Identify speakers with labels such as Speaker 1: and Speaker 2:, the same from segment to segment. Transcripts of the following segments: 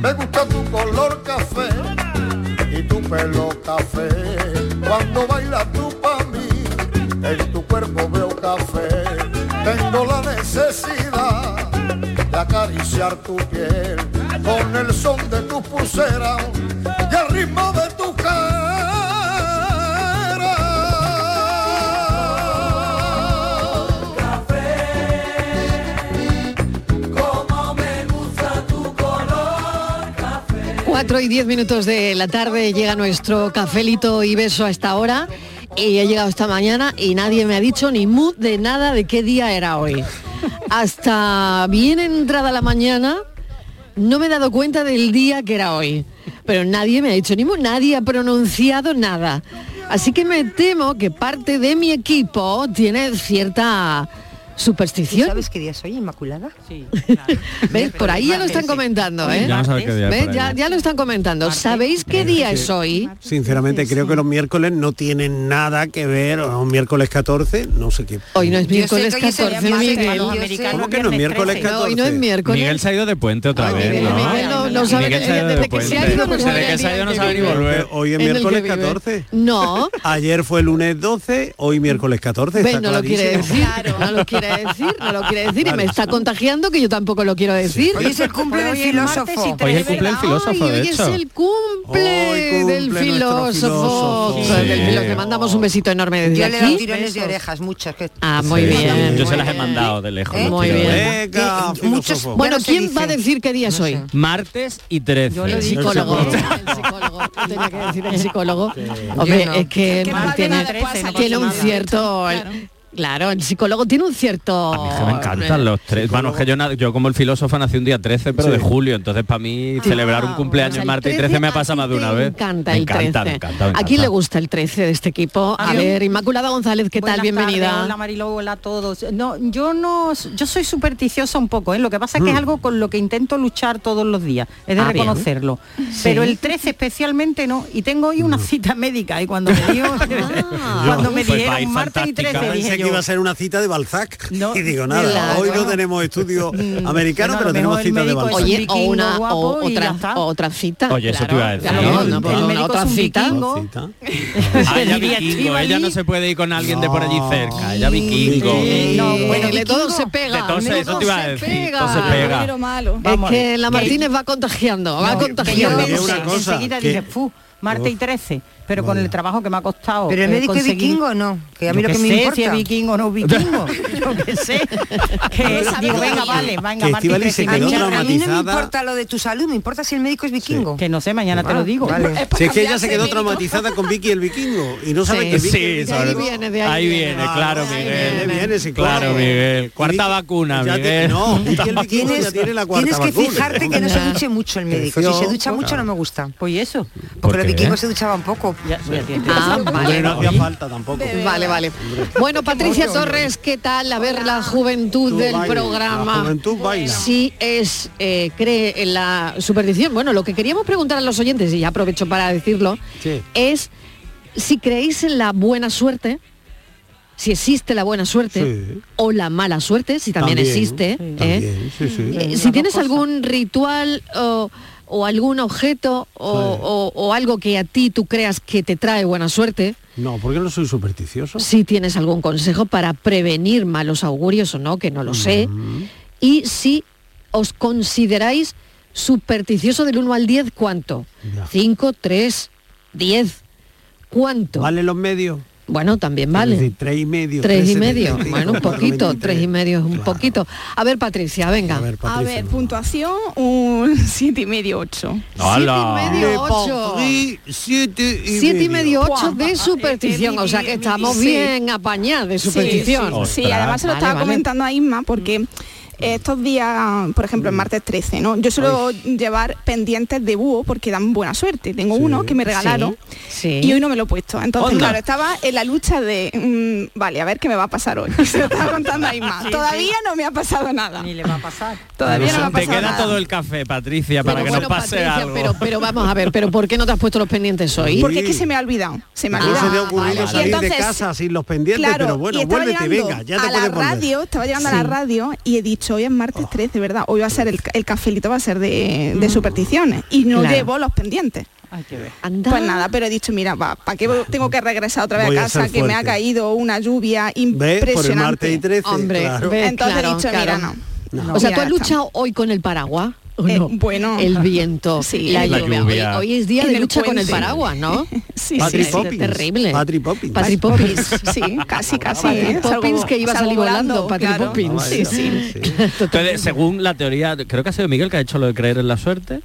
Speaker 1: Me gusta tu color café y tu pelo café. Cuando bailas tú pa' mí, en tu cuerpo veo café. Tengo la necesidad de acariciar tu piel con el son de tu pulsera y el ritmo de tu
Speaker 2: Como me gusta tu color
Speaker 3: 4 y 10 minutos de la tarde llega nuestro cafelito y beso a esta hora. Y he llegado esta mañana y nadie me ha dicho ni mood de nada de qué día era hoy. Hasta bien entrada la mañana no me he dado cuenta del día que era hoy. Pero nadie me ha dicho ni mood, nadie ha pronunciado nada. Así que me temo que parte de mi equipo tiene cierta superstición.
Speaker 4: ¿Sabes qué día soy, Inmaculada? Sí.
Speaker 3: ¿Ves? Por ahí ya lo están comentando, ¿eh?
Speaker 5: Ya vamos a ver qué día es
Speaker 3: ¿Ves?
Speaker 5: por ahí.
Speaker 3: Ya, ya lo están comentando. ¿Sabéis qué día es hoy?
Speaker 5: Sinceramente creo que los miércoles no tienen nada que ver, o un miércoles 14, no sé qué.
Speaker 3: Hoy no es miércoles 14, Miguel.
Speaker 5: ¿Cómo que no es miércoles 14?
Speaker 3: No, hoy no es miércoles.
Speaker 6: Miguel se ha ido de puente otra vez,
Speaker 3: Miguel,
Speaker 6: ¿no?
Speaker 3: Miguel no- no sabe-
Speaker 6: Miguel se ha ido
Speaker 3: desde
Speaker 6: de
Speaker 3: que
Speaker 6: puente.
Speaker 3: se ha ido, no sabe
Speaker 6: Desde que
Speaker 3: el
Speaker 6: se ha ido no
Speaker 3: día
Speaker 6: sabe
Speaker 3: que
Speaker 6: ni volver.
Speaker 5: Pero Hoy es
Speaker 3: en el que
Speaker 5: miércoles
Speaker 3: vive.
Speaker 5: 14.
Speaker 3: No.
Speaker 5: Ayer fue lunes 12, hoy miércoles 14.
Speaker 3: ¿Ves?
Speaker 5: está
Speaker 3: No lo quiere
Speaker 5: clarísimo.
Speaker 3: decir, no lo quiere decir, no lo quiere decir y me está contagiando que yo tampoco lo quiero decir.
Speaker 4: Hoy es el cumple del filósofo.
Speaker 6: Hoy es el cumple del filósofo,
Speaker 3: Ay,
Speaker 6: de
Speaker 3: hoy es
Speaker 6: hecho.
Speaker 3: el cumple, del filósofo.
Speaker 6: Sí.
Speaker 3: Del filósofo. Le mandamos un besito enorme desde
Speaker 4: Yo
Speaker 3: aquí.
Speaker 4: le he dado tirones de orejas, muchas. Que...
Speaker 3: Ah, muy
Speaker 6: Sí.
Speaker 3: bien.
Speaker 6: Yo se las he mandado de lejos.
Speaker 4: ¿Eh?
Speaker 6: los
Speaker 3: Muy
Speaker 6: tíos,
Speaker 3: bien.
Speaker 6: ¿eh?
Speaker 5: Venga,
Speaker 4: Eh, muchos-
Speaker 5: filósofo.
Speaker 3: Bueno,
Speaker 4: Ya no se
Speaker 3: ¿quién va a
Speaker 4: dice.
Speaker 3: decir qué día es hoy?
Speaker 6: Martes y 13.
Speaker 3: El psicólogo, el psicólogo, Yo tenía que decir Ah, el psicólogo. Hombre,
Speaker 4: Yo no.
Speaker 3: es que
Speaker 7: Que no vale
Speaker 3: tiene,
Speaker 7: nada, después se
Speaker 3: tiene un
Speaker 7: acostumbra.
Speaker 3: cierto... el- Claro. el psicólogo tiene un cierto...
Speaker 6: A mí es que me encantan los tres. Bueno, es que yo, na- yo como el filósofo nací un día 13, pero
Speaker 5: Sí.
Speaker 6: de julio, entonces para mí celebrar un
Speaker 3: O
Speaker 6: cumpleaños
Speaker 3: sea,
Speaker 6: el
Speaker 3: el
Speaker 6: martes y 13 me ha pasado más de una vez.
Speaker 3: Me encanta
Speaker 6: me
Speaker 3: el 13.
Speaker 6: encanta, me encanta, me
Speaker 3: ¿A quién
Speaker 6: encanta.
Speaker 3: le gusta el 13 de este equipo? A
Speaker 7: A mí-
Speaker 3: ver, Inmaculada González, ¿qué tal?
Speaker 7: Buenas
Speaker 3: Bienvenida.
Speaker 7: tardes, hola Mariló, hola a todos. No, yo no, yo soy supersticiosa un poco, ¿eh? lo que pasa es que es algo con lo que intento luchar todos los días, es de
Speaker 3: Ah, bien.
Speaker 7: reconocerlo. Pero el 13 especialmente no, y tengo hoy una cita médica y cuando me dio, cuando me
Speaker 6: Pues va a
Speaker 7: dijeron
Speaker 6: ir
Speaker 7: martes y
Speaker 6: fantástica.
Speaker 7: 13
Speaker 5: Pensé
Speaker 7: dije
Speaker 5: que
Speaker 7: yo,
Speaker 5: iba a ser una cita de Balzac
Speaker 7: No,
Speaker 5: y digo nada,
Speaker 3: claro,
Speaker 5: hoy no
Speaker 3: bueno.
Speaker 5: tenemos estudio
Speaker 7: Mm, bueno,
Speaker 5: americano,
Speaker 7: a
Speaker 5: pero
Speaker 7: lo
Speaker 5: tenemos
Speaker 7: mejor el
Speaker 5: cita de
Speaker 7: médico
Speaker 5: Balzac.
Speaker 7: es un
Speaker 3: Oye, o
Speaker 7: vikingo
Speaker 3: una o
Speaker 7: guapo y ya
Speaker 3: otra,
Speaker 7: está.
Speaker 3: o otra cita.
Speaker 6: Oye, eso te iba a decir.
Speaker 3: claro,
Speaker 6: Ya lo
Speaker 3: no,
Speaker 6: vi,
Speaker 3: no,
Speaker 6: el
Speaker 3: perdona,
Speaker 7: médico
Speaker 3: otra
Speaker 7: es un
Speaker 3: cita.
Speaker 7: vikingo.
Speaker 5: Cita.
Speaker 6: Ah, ella
Speaker 7: Diría
Speaker 6: vikingo, ella no
Speaker 7: Estíbaliz.
Speaker 6: se puede ir con alguien de por allí
Speaker 5: No.
Speaker 6: cerca, ella vikingo.
Speaker 3: Eh,
Speaker 7: No, bueno,
Speaker 3: de
Speaker 7: vikingo,
Speaker 3: todo se pega.
Speaker 6: de todo se-
Speaker 3: de
Speaker 6: eso
Speaker 3: todo
Speaker 6: te iba a
Speaker 3: se
Speaker 6: decir,
Speaker 3: pega.
Speaker 6: todo se pega.
Speaker 7: Pero malo.
Speaker 3: Es que la Martínez va contagiando, va
Speaker 7: que yo
Speaker 3: contagiando.
Speaker 5: digo
Speaker 7: pensé,
Speaker 5: una cosa,
Speaker 7: enseguida
Speaker 5: que-
Speaker 7: dije, "Fu, martes y 13", pero con el trabajo que me ha costado.
Speaker 4: Pero el
Speaker 7: eh,
Speaker 4: médico es
Speaker 7: conseguir-
Speaker 4: vikingo o no, que a mí
Speaker 7: Yo
Speaker 4: lo que
Speaker 7: qué
Speaker 4: me
Speaker 7: sé
Speaker 4: importa.
Speaker 7: si es vikingo o no vikingo. yo que sé. Que es- digo, venga, vale, venga,
Speaker 5: Que
Speaker 7: Martí,
Speaker 5: Estíbaliz se
Speaker 7: que-
Speaker 4: a,
Speaker 5: quedó
Speaker 4: mí, a mí no me
Speaker 5: traumatizada.
Speaker 4: importa lo de tu salud, me importa si el médico es vikingo.
Speaker 7: Que no sé,
Speaker 3: Ah,
Speaker 7: mañana te lo digo.
Speaker 4: Vale.
Speaker 5: Si es que ella se quedó traumatizada con Vicky el vikingo y no sabe
Speaker 3: Sí.
Speaker 5: que Vicky
Speaker 6: Sí,
Speaker 5: el
Speaker 3: De ahí
Speaker 6: sobre-
Speaker 3: viene, de ahí viene.
Speaker 6: viene, claro,
Speaker 5: Ah,
Speaker 6: Miguel.
Speaker 5: viene, viene, sí,
Speaker 6: claro, Miguel. Cuarta
Speaker 5: Y-
Speaker 6: vacuna,
Speaker 5: ya
Speaker 6: Miguel.
Speaker 5: tiene- no, Vicky el vikingo
Speaker 4: Tienes,
Speaker 5: ya tiene la cuarta
Speaker 4: tienes que
Speaker 5: vacuna.
Speaker 4: fijarte que no se duche mucho el médico. Si se
Speaker 5: Creció.
Speaker 4: ducha mucho no me gusta.
Speaker 7: Pues ¿y eso.
Speaker 4: Porque los
Speaker 6: qué?
Speaker 4: vikingos se duchaban poco.
Speaker 7: Ya, ya tiene.
Speaker 3: Ah,
Speaker 5: Hombre, no
Speaker 3: vale.
Speaker 5: hacía falta tampoco.
Speaker 3: Vale, vale. Bueno, Patricia Torres, ¿qué tal? A ver, la juventud
Speaker 5: Tú
Speaker 3: del
Speaker 5: baila, La
Speaker 3: programa.
Speaker 5: juventud baila.
Speaker 3: Sí es, eh, cree en la superstición. Bueno, lo que queríamos preguntar a los oyentes, y ya aprovecho para decirlo,
Speaker 5: Sí.
Speaker 3: es si creéis en la buena suerte, si existe la buena suerte,
Speaker 5: Sí.
Speaker 3: o la mala suerte, si también,
Speaker 5: También,
Speaker 3: existe. ¿eh?
Speaker 5: También, sí, sí.
Speaker 3: Eh,
Speaker 7: Las
Speaker 3: si
Speaker 7: dos
Speaker 3: tienes
Speaker 7: cosas.
Speaker 3: algún ritual o, o algún objeto o, o- o algo que a ti tú creas que te trae buena suerte,
Speaker 5: No, porque no soy supersticioso.
Speaker 3: si Pues tienes algún consejo para prevenir malos augurios o no, que no lo sé, y si os consideráis supersticioso del 1 al 10, ¿cuánto?
Speaker 5: Ya.
Speaker 3: 5, 3, 10. ¿Cuánto?
Speaker 5: ¿Vale los medios?
Speaker 3: Bueno, también
Speaker 5: Es
Speaker 3: vale.
Speaker 5: decir, tres y medio.
Speaker 3: Tres y
Speaker 5: 3,75,
Speaker 3: medio. Bueno, un
Speaker 5: 4,23.
Speaker 3: poquito, tres y medio es un
Speaker 5: Claro.
Speaker 3: poquito. A ver, Patricia, venga.
Speaker 5: A ver,
Speaker 7: A
Speaker 5: Patricia.
Speaker 7: ver,
Speaker 8: Puntuación un 7 y medio 8.
Speaker 6: Hola.
Speaker 3: Siete y medio, ocho.
Speaker 5: Popurrí, Ah. siete y
Speaker 3: Siete y
Speaker 5: medio.
Speaker 3: medio ocho
Speaker 8: Buah,
Speaker 3: de superstición,
Speaker 8: eh, eh,
Speaker 3: o sea
Speaker 8: mi-
Speaker 3: que
Speaker 8: mi-
Speaker 3: estamos
Speaker 8: sí.
Speaker 3: bien apañadas de superstición.
Speaker 8: Sí,
Speaker 6: Ostras.
Speaker 8: además se lo
Speaker 3: Vale, Mm.
Speaker 8: estaba
Speaker 3: vale.
Speaker 8: comentando a Isma porque Estos días, por ejemplo, el
Speaker 5: Mm.
Speaker 8: martes 13, ¿no? Yo suelo llevar pendientes de búho porque dan buena suerte. Tengo uno que me regalaron
Speaker 3: Sí, sí.
Speaker 8: y hoy no me lo he puesto. Entonces,
Speaker 3: Onda.
Speaker 8: claro, estaba en la lucha de, mm, vale, a ver qué me va a pasar hoy. Se lo estaba contando ahí más. Todavía no me ha pasado nada. Ni le va a pasar. Todavía no me ha
Speaker 6: Te
Speaker 8: pasado
Speaker 6: queda
Speaker 8: nada.
Speaker 6: todo el café, Patricia, para
Speaker 3: Pero
Speaker 6: que
Speaker 3: bueno,
Speaker 6: no pase
Speaker 3: Patricia,
Speaker 6: algo.
Speaker 3: Pero, pero vamos a ver, pero ¿por qué no te has puesto los pendientes hoy?
Speaker 8: Porque es que se me ha olvidado. Se
Speaker 5: Ah,
Speaker 8: me ha
Speaker 3: No
Speaker 8: olvidado.
Speaker 3: se te ha ocurrido
Speaker 8: Y
Speaker 5: salir de
Speaker 8: entonces,
Speaker 5: casa sin los pendientes,
Speaker 8: Claro,
Speaker 5: pero
Speaker 8: y
Speaker 5: bueno,
Speaker 8: estaba
Speaker 5: vuélvete,
Speaker 8: llegando
Speaker 5: venga, ya
Speaker 8: a
Speaker 5: te
Speaker 8: la
Speaker 5: puedes volver.
Speaker 8: radio, estaba llegando a la
Speaker 5: Sí. Ah.
Speaker 8: radio y he dicho, hoy es martes 13, ¿verdad? Hoy va a ser el, ca- el cafelito, va a ser de,
Speaker 5: Mm.
Speaker 8: de supersticiones. Y no
Speaker 3: Claro.
Speaker 8: llevo los pendientes.
Speaker 3: Anda.
Speaker 8: Pues nada, pero he dicho, mira, va, ¿para qué tengo que regresar otra vez
Speaker 5: Voy
Speaker 8: a
Speaker 5: a
Speaker 8: casa
Speaker 5: ser
Speaker 8: que me ha
Speaker 5: fuerte.
Speaker 8: caído una lluvia
Speaker 5: ¿Ves? Por el martes y
Speaker 8: impresionante?
Speaker 5: 13.
Speaker 3: Hombre,
Speaker 5: claro.
Speaker 3: ve,
Speaker 8: Entonces
Speaker 3: claro,
Speaker 8: he dicho,
Speaker 3: claro.
Speaker 8: mira, no.
Speaker 3: O sea,
Speaker 8: Ya
Speaker 3: ¿tú has
Speaker 8: está.
Speaker 3: luchado hoy con el paraguas? ¿o
Speaker 8: Eh,
Speaker 3: no?
Speaker 8: bueno.
Speaker 3: El viento,
Speaker 8: Sí.
Speaker 3: la
Speaker 6: La
Speaker 3: lluvia.
Speaker 6: lluvia.
Speaker 3: Hoy, hoy es día
Speaker 8: En
Speaker 3: de
Speaker 8: el
Speaker 3: lucha con el
Speaker 8: puente.
Speaker 3: paraguas, ¿no?
Speaker 8: Sí,
Speaker 5: Patri
Speaker 8: sí, sí.
Speaker 5: Poppins.
Speaker 3: terrible.
Speaker 5: Patri Poppins.
Speaker 3: Patri Poppins.
Speaker 8: Sí, casi, casi.
Speaker 3: Patty
Speaker 8: ¿eh? Salgo-
Speaker 3: Poppins que iba a
Speaker 8: salgo
Speaker 3: salir volando, Patty
Speaker 8: claro.
Speaker 3: Poppins.
Speaker 8: Sí, sí.
Speaker 5: Sí.
Speaker 6: Entonces, según la teoría, creo que ha sido Miguel que ha hecho lo de creer en la suerte.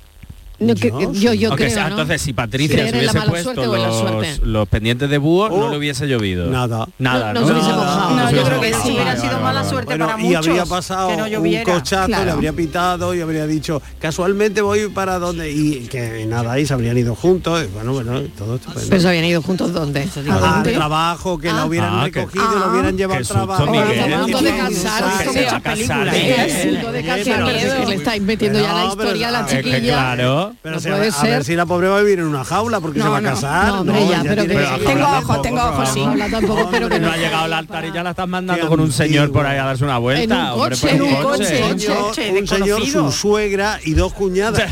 Speaker 3: No, que- que- yo yo
Speaker 6: Ok,
Speaker 3: creo,
Speaker 6: o sea,
Speaker 3: ¿no?
Speaker 6: Entonces, si Patricia
Speaker 3: Creer en
Speaker 6: se
Speaker 3: la
Speaker 6: hubiese
Speaker 3: mala
Speaker 6: puesto
Speaker 3: suerte o en la
Speaker 6: los,
Speaker 3: suerte.
Speaker 6: los pendientes de búho, no
Speaker 5: Oh.
Speaker 6: le hubiese llovido.
Speaker 5: Nada.
Speaker 6: Nada,
Speaker 3: No, no se hubiese mojado. No,
Speaker 6: se
Speaker 3: yo
Speaker 6: hubiese
Speaker 3: creo que
Speaker 6: mojado.
Speaker 3: sí,
Speaker 7: hubiera
Speaker 6: Vale,
Speaker 7: sido
Speaker 6: vale,
Speaker 7: mala
Speaker 6: vale.
Speaker 7: suerte.
Speaker 5: Bueno,
Speaker 7: para
Speaker 5: y
Speaker 7: muchos,
Speaker 5: habría pasado
Speaker 7: que no
Speaker 5: un
Speaker 7: lloviera.
Speaker 5: cochazo, le
Speaker 8: Claro.
Speaker 5: habría pitado y habría dicho, casualmente voy para donde y que nada, y se habrían ido juntos, y bueno, bueno, todo esto. pues,
Speaker 3: Pero se habían ido juntos ¿dónde?
Speaker 5: ¿A dónde? trabajo, que
Speaker 3: Ah.
Speaker 5: la hubieran
Speaker 6: Ah, que-
Speaker 5: recogido, la hubieran llevado
Speaker 6: Qué
Speaker 5: al
Speaker 6: susto,
Speaker 5: trabajo.
Speaker 6: Miguel.
Speaker 3: Estamos a punto de
Speaker 6: Qué
Speaker 3: cansar,
Speaker 6: susto,
Speaker 3: son
Speaker 6: que se
Speaker 3: muchas
Speaker 6: va a casar,
Speaker 3: películas.
Speaker 6: Miguel.
Speaker 3: Es el punto de
Speaker 5: Oye,
Speaker 3: casar,
Speaker 5: pero-
Speaker 3: que es que le estáis metiendo ya la
Speaker 5: No, pero-
Speaker 3: historia a la
Speaker 5: Es que
Speaker 6: Es que
Speaker 3: chiquilla.
Speaker 6: claro.
Speaker 5: Pero
Speaker 3: No
Speaker 5: se
Speaker 3: puede
Speaker 5: va- a
Speaker 3: ser.
Speaker 5: ver si la pobre va a vivir en una jaula porque se va a
Speaker 8: no.
Speaker 5: casar.
Speaker 3: No, hombre, ya, pero
Speaker 5: tiene
Speaker 3: que-
Speaker 5: jaula
Speaker 8: Tengo
Speaker 5: tampoco,
Speaker 8: ojos, tengo ojos, sí.
Speaker 5: jaula tampoco, pero que
Speaker 6: no
Speaker 5: no.
Speaker 6: ha llegado al altar y ya la estás mandando
Speaker 5: Qué
Speaker 6: con un
Speaker 5: antiguo.
Speaker 6: señor por ahí a darse una vuelta.
Speaker 3: En un
Speaker 6: hombre, pues,
Speaker 3: coche,
Speaker 6: por
Speaker 3: en un coche.
Speaker 5: Un señor-
Speaker 7: coche,
Speaker 5: un señor,
Speaker 7: desconocido.
Speaker 5: su suegra y dos cuñadas.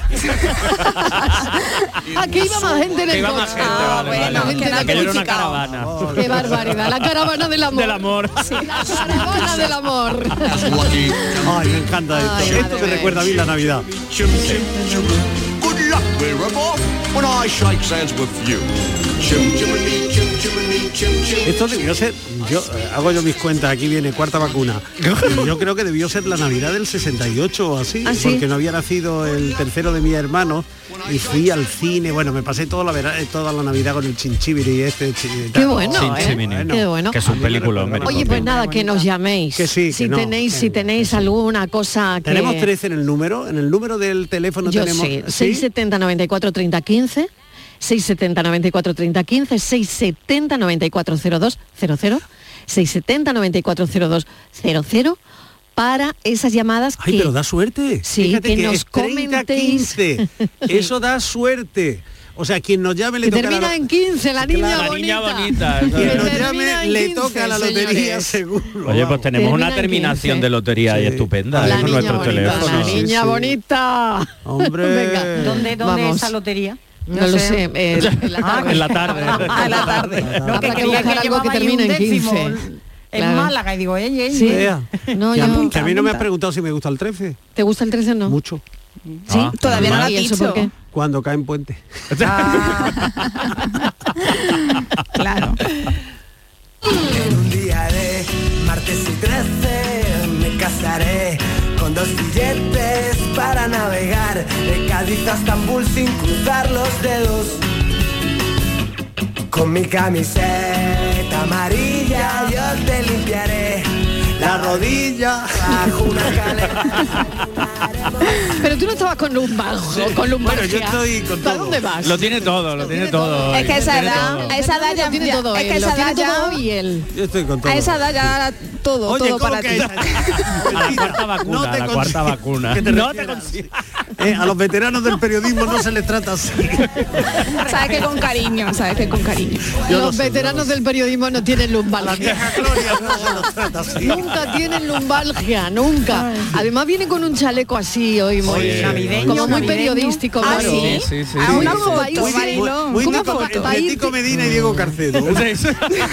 Speaker 3: Aquí iba más gente en
Speaker 6: Que
Speaker 3: el
Speaker 6: iba
Speaker 3: coche.
Speaker 6: más gente,
Speaker 3: Ah,
Speaker 6: vale,
Speaker 3: bueno,
Speaker 6: vale.
Speaker 3: gente de
Speaker 6: Aquello era una
Speaker 3: coche.
Speaker 6: caravana.
Speaker 3: Qué barbaridad, la caravana del amor.
Speaker 6: Del amor.
Speaker 3: La caravana del amor.
Speaker 5: Ay, me encanta esto.
Speaker 3: Ay,
Speaker 5: esto
Speaker 3: madre
Speaker 5: te
Speaker 3: mía.
Speaker 5: recuerda a mí la Navidad.
Speaker 9: Chim, chim, chim. Good luck, we're off when I shake hands with you. Chim, chiminy, chim, chiminy, chim, chim.
Speaker 5: Esto debió ser, yo eh, hago yo mis cuentas, aquí viene cuarta vacuna. Y Yo creo que debió ser la Navidad del 68 o así,
Speaker 3: Ah, ¿sí?
Speaker 5: porque no había nacido el tercero de mis hermanos y fui al cine, bueno, me pasé toda la, vera- eh, toda la Navidad con el chinchibiri y este. chi- y tal.
Speaker 3: Qué bueno, ¿eh?
Speaker 6: Chinchimini.
Speaker 3: Qué bueno.
Speaker 6: Que es un película, hombre.
Speaker 3: Oye, pues nada, que nos llaméis.
Speaker 5: Que sí, que
Speaker 3: si
Speaker 5: no,
Speaker 3: tenéis,
Speaker 5: que-
Speaker 3: si tenéis alguna cosa que
Speaker 5: Tenemos 13 en el número, en el número del teléfono
Speaker 3: Yo
Speaker 5: tenemos...
Speaker 3: sí,
Speaker 5: ¿sí?
Speaker 3: 670 94 30 15, 670 94 30 15, 670 94 02 00, 670 94 02 00 para esas llamadas
Speaker 5: Ay,
Speaker 3: que
Speaker 5: pero da suerte.
Speaker 3: Sí, que nos
Speaker 5: es 30,
Speaker 3: comentéis.
Speaker 5: 15. Eso da suerte. O sea, quien nos llame le
Speaker 3: que
Speaker 5: toca la-
Speaker 3: termina en 15, la niña
Speaker 6: la niña
Speaker 3: bonita.
Speaker 6: bonita, eso
Speaker 3: Que
Speaker 5: Quien
Speaker 6: es.
Speaker 5: nos
Speaker 3: termina
Speaker 5: llame
Speaker 3: en
Speaker 5: le
Speaker 3: 15,
Speaker 5: toca la lotería
Speaker 3: señores.
Speaker 5: seguro.
Speaker 6: Oye, pues tenemos
Speaker 5: vamos.
Speaker 3: Termina
Speaker 6: una
Speaker 3: en
Speaker 6: terminación
Speaker 3: 15.
Speaker 6: de lotería ahí
Speaker 5: Sí.
Speaker 6: estupenda
Speaker 5: La
Speaker 6: eh, con
Speaker 5: niña
Speaker 6: nuestro
Speaker 5: bonita,
Speaker 6: teléfono.
Speaker 3: La
Speaker 5: Sí, sí,
Speaker 3: niña
Speaker 5: sí.
Speaker 3: bonita.
Speaker 5: Hombre.
Speaker 3: Venga,
Speaker 7: ¿Dónde, dónde
Speaker 3: Vamos.
Speaker 7: es esa lotería?
Speaker 3: No, lo sé, eh, en la tarde.
Speaker 6: Ah, En la tarde.
Speaker 7: Ah, en la tarde.
Speaker 3: Habrá
Speaker 7: No, que
Speaker 3: que
Speaker 7: creía
Speaker 3: buscar
Speaker 7: que
Speaker 3: algo que
Speaker 7: llevaba ahí
Speaker 3: termine
Speaker 7: un
Speaker 3: en 15.
Speaker 7: décimo En
Speaker 3: Claro.
Speaker 7: Málaga, y digo, ey, ey,
Speaker 3: Sí.
Speaker 7: ey.
Speaker 5: Vea.
Speaker 3: No,
Speaker 5: Que a-
Speaker 3: yo-
Speaker 5: que a mí no me has preguntado si me gusta el 13.
Speaker 3: ¿Te gusta el 13 o no?
Speaker 5: Mucho.
Speaker 3: Sí.
Speaker 6: Ah,
Speaker 8: Todavía no lo has
Speaker 3: ¿Y eso
Speaker 8: dicho.
Speaker 3: por qué?
Speaker 5: Cuando cae en puente.
Speaker 8: Claro.
Speaker 2: Un día de martes y 13 me casaré con dos billetes para navegar de Cádiz a Estambul sin cruzar los dedos. Con mi camiseta amarilla yo te limpiaré la rodilla bajo una escalera.
Speaker 3: Pero tú no estabas con lumbago, con lumbargia.
Speaker 5: yo estoy con
Speaker 3: ¿Para
Speaker 5: todo.
Speaker 3: dónde vas?
Speaker 6: Lo tiene todo, lo tiene todo.
Speaker 8: Es que
Speaker 6: Lo
Speaker 8: esa
Speaker 6: tiene
Speaker 8: edad,
Speaker 6: todo.
Speaker 8: a esa edad ya,
Speaker 3: Lo tiene
Speaker 8: ya-
Speaker 3: todo
Speaker 8: es
Speaker 3: él,
Speaker 8: que a esa
Speaker 3: lo tiene
Speaker 8: edad ya,
Speaker 3: todo y él.
Speaker 5: Yo estoy con todo.
Speaker 8: a esa edad ya todo,
Speaker 5: Oye,
Speaker 8: todo
Speaker 5: ¿cómo
Speaker 8: para
Speaker 5: que
Speaker 8: ti.
Speaker 5: esa-
Speaker 6: A la cuarta vacuna,
Speaker 5: No te
Speaker 6: a la
Speaker 5: con-
Speaker 6: cuarta vacuna.
Speaker 5: que te
Speaker 6: No te
Speaker 5: refieras.
Speaker 6: consigo.
Speaker 5: Eh, a los veteranos del periodismo no se les trata así.
Speaker 8: Sabes que con cariño, sabes que con cariño.
Speaker 5: Yo no
Speaker 3: Los
Speaker 5: sé,
Speaker 3: veteranos del periodismo no tienen lumbalgia.
Speaker 5: Gloria no se los trata así.
Speaker 3: Nunca tienen lumbalgia, nunca. Además viene con un chaleco así hoy muy
Speaker 5: Oye,
Speaker 7: navideño,
Speaker 3: como muy
Speaker 7: navideño.
Speaker 3: periodístico,
Speaker 8: ¿Ah,
Speaker 3: claro.
Speaker 8: sí?
Speaker 6: Sí, sí, sí.
Speaker 8: A una
Speaker 3: Sí, sí, sí.
Speaker 8: foto,
Speaker 3: Ahí sí.
Speaker 8: Mariló.
Speaker 5: Muy
Speaker 3: ¿Cómo
Speaker 5: Nico-
Speaker 3: para-
Speaker 5: entre
Speaker 3: para irte?
Speaker 5: Tico Medina y Diego Carcedo.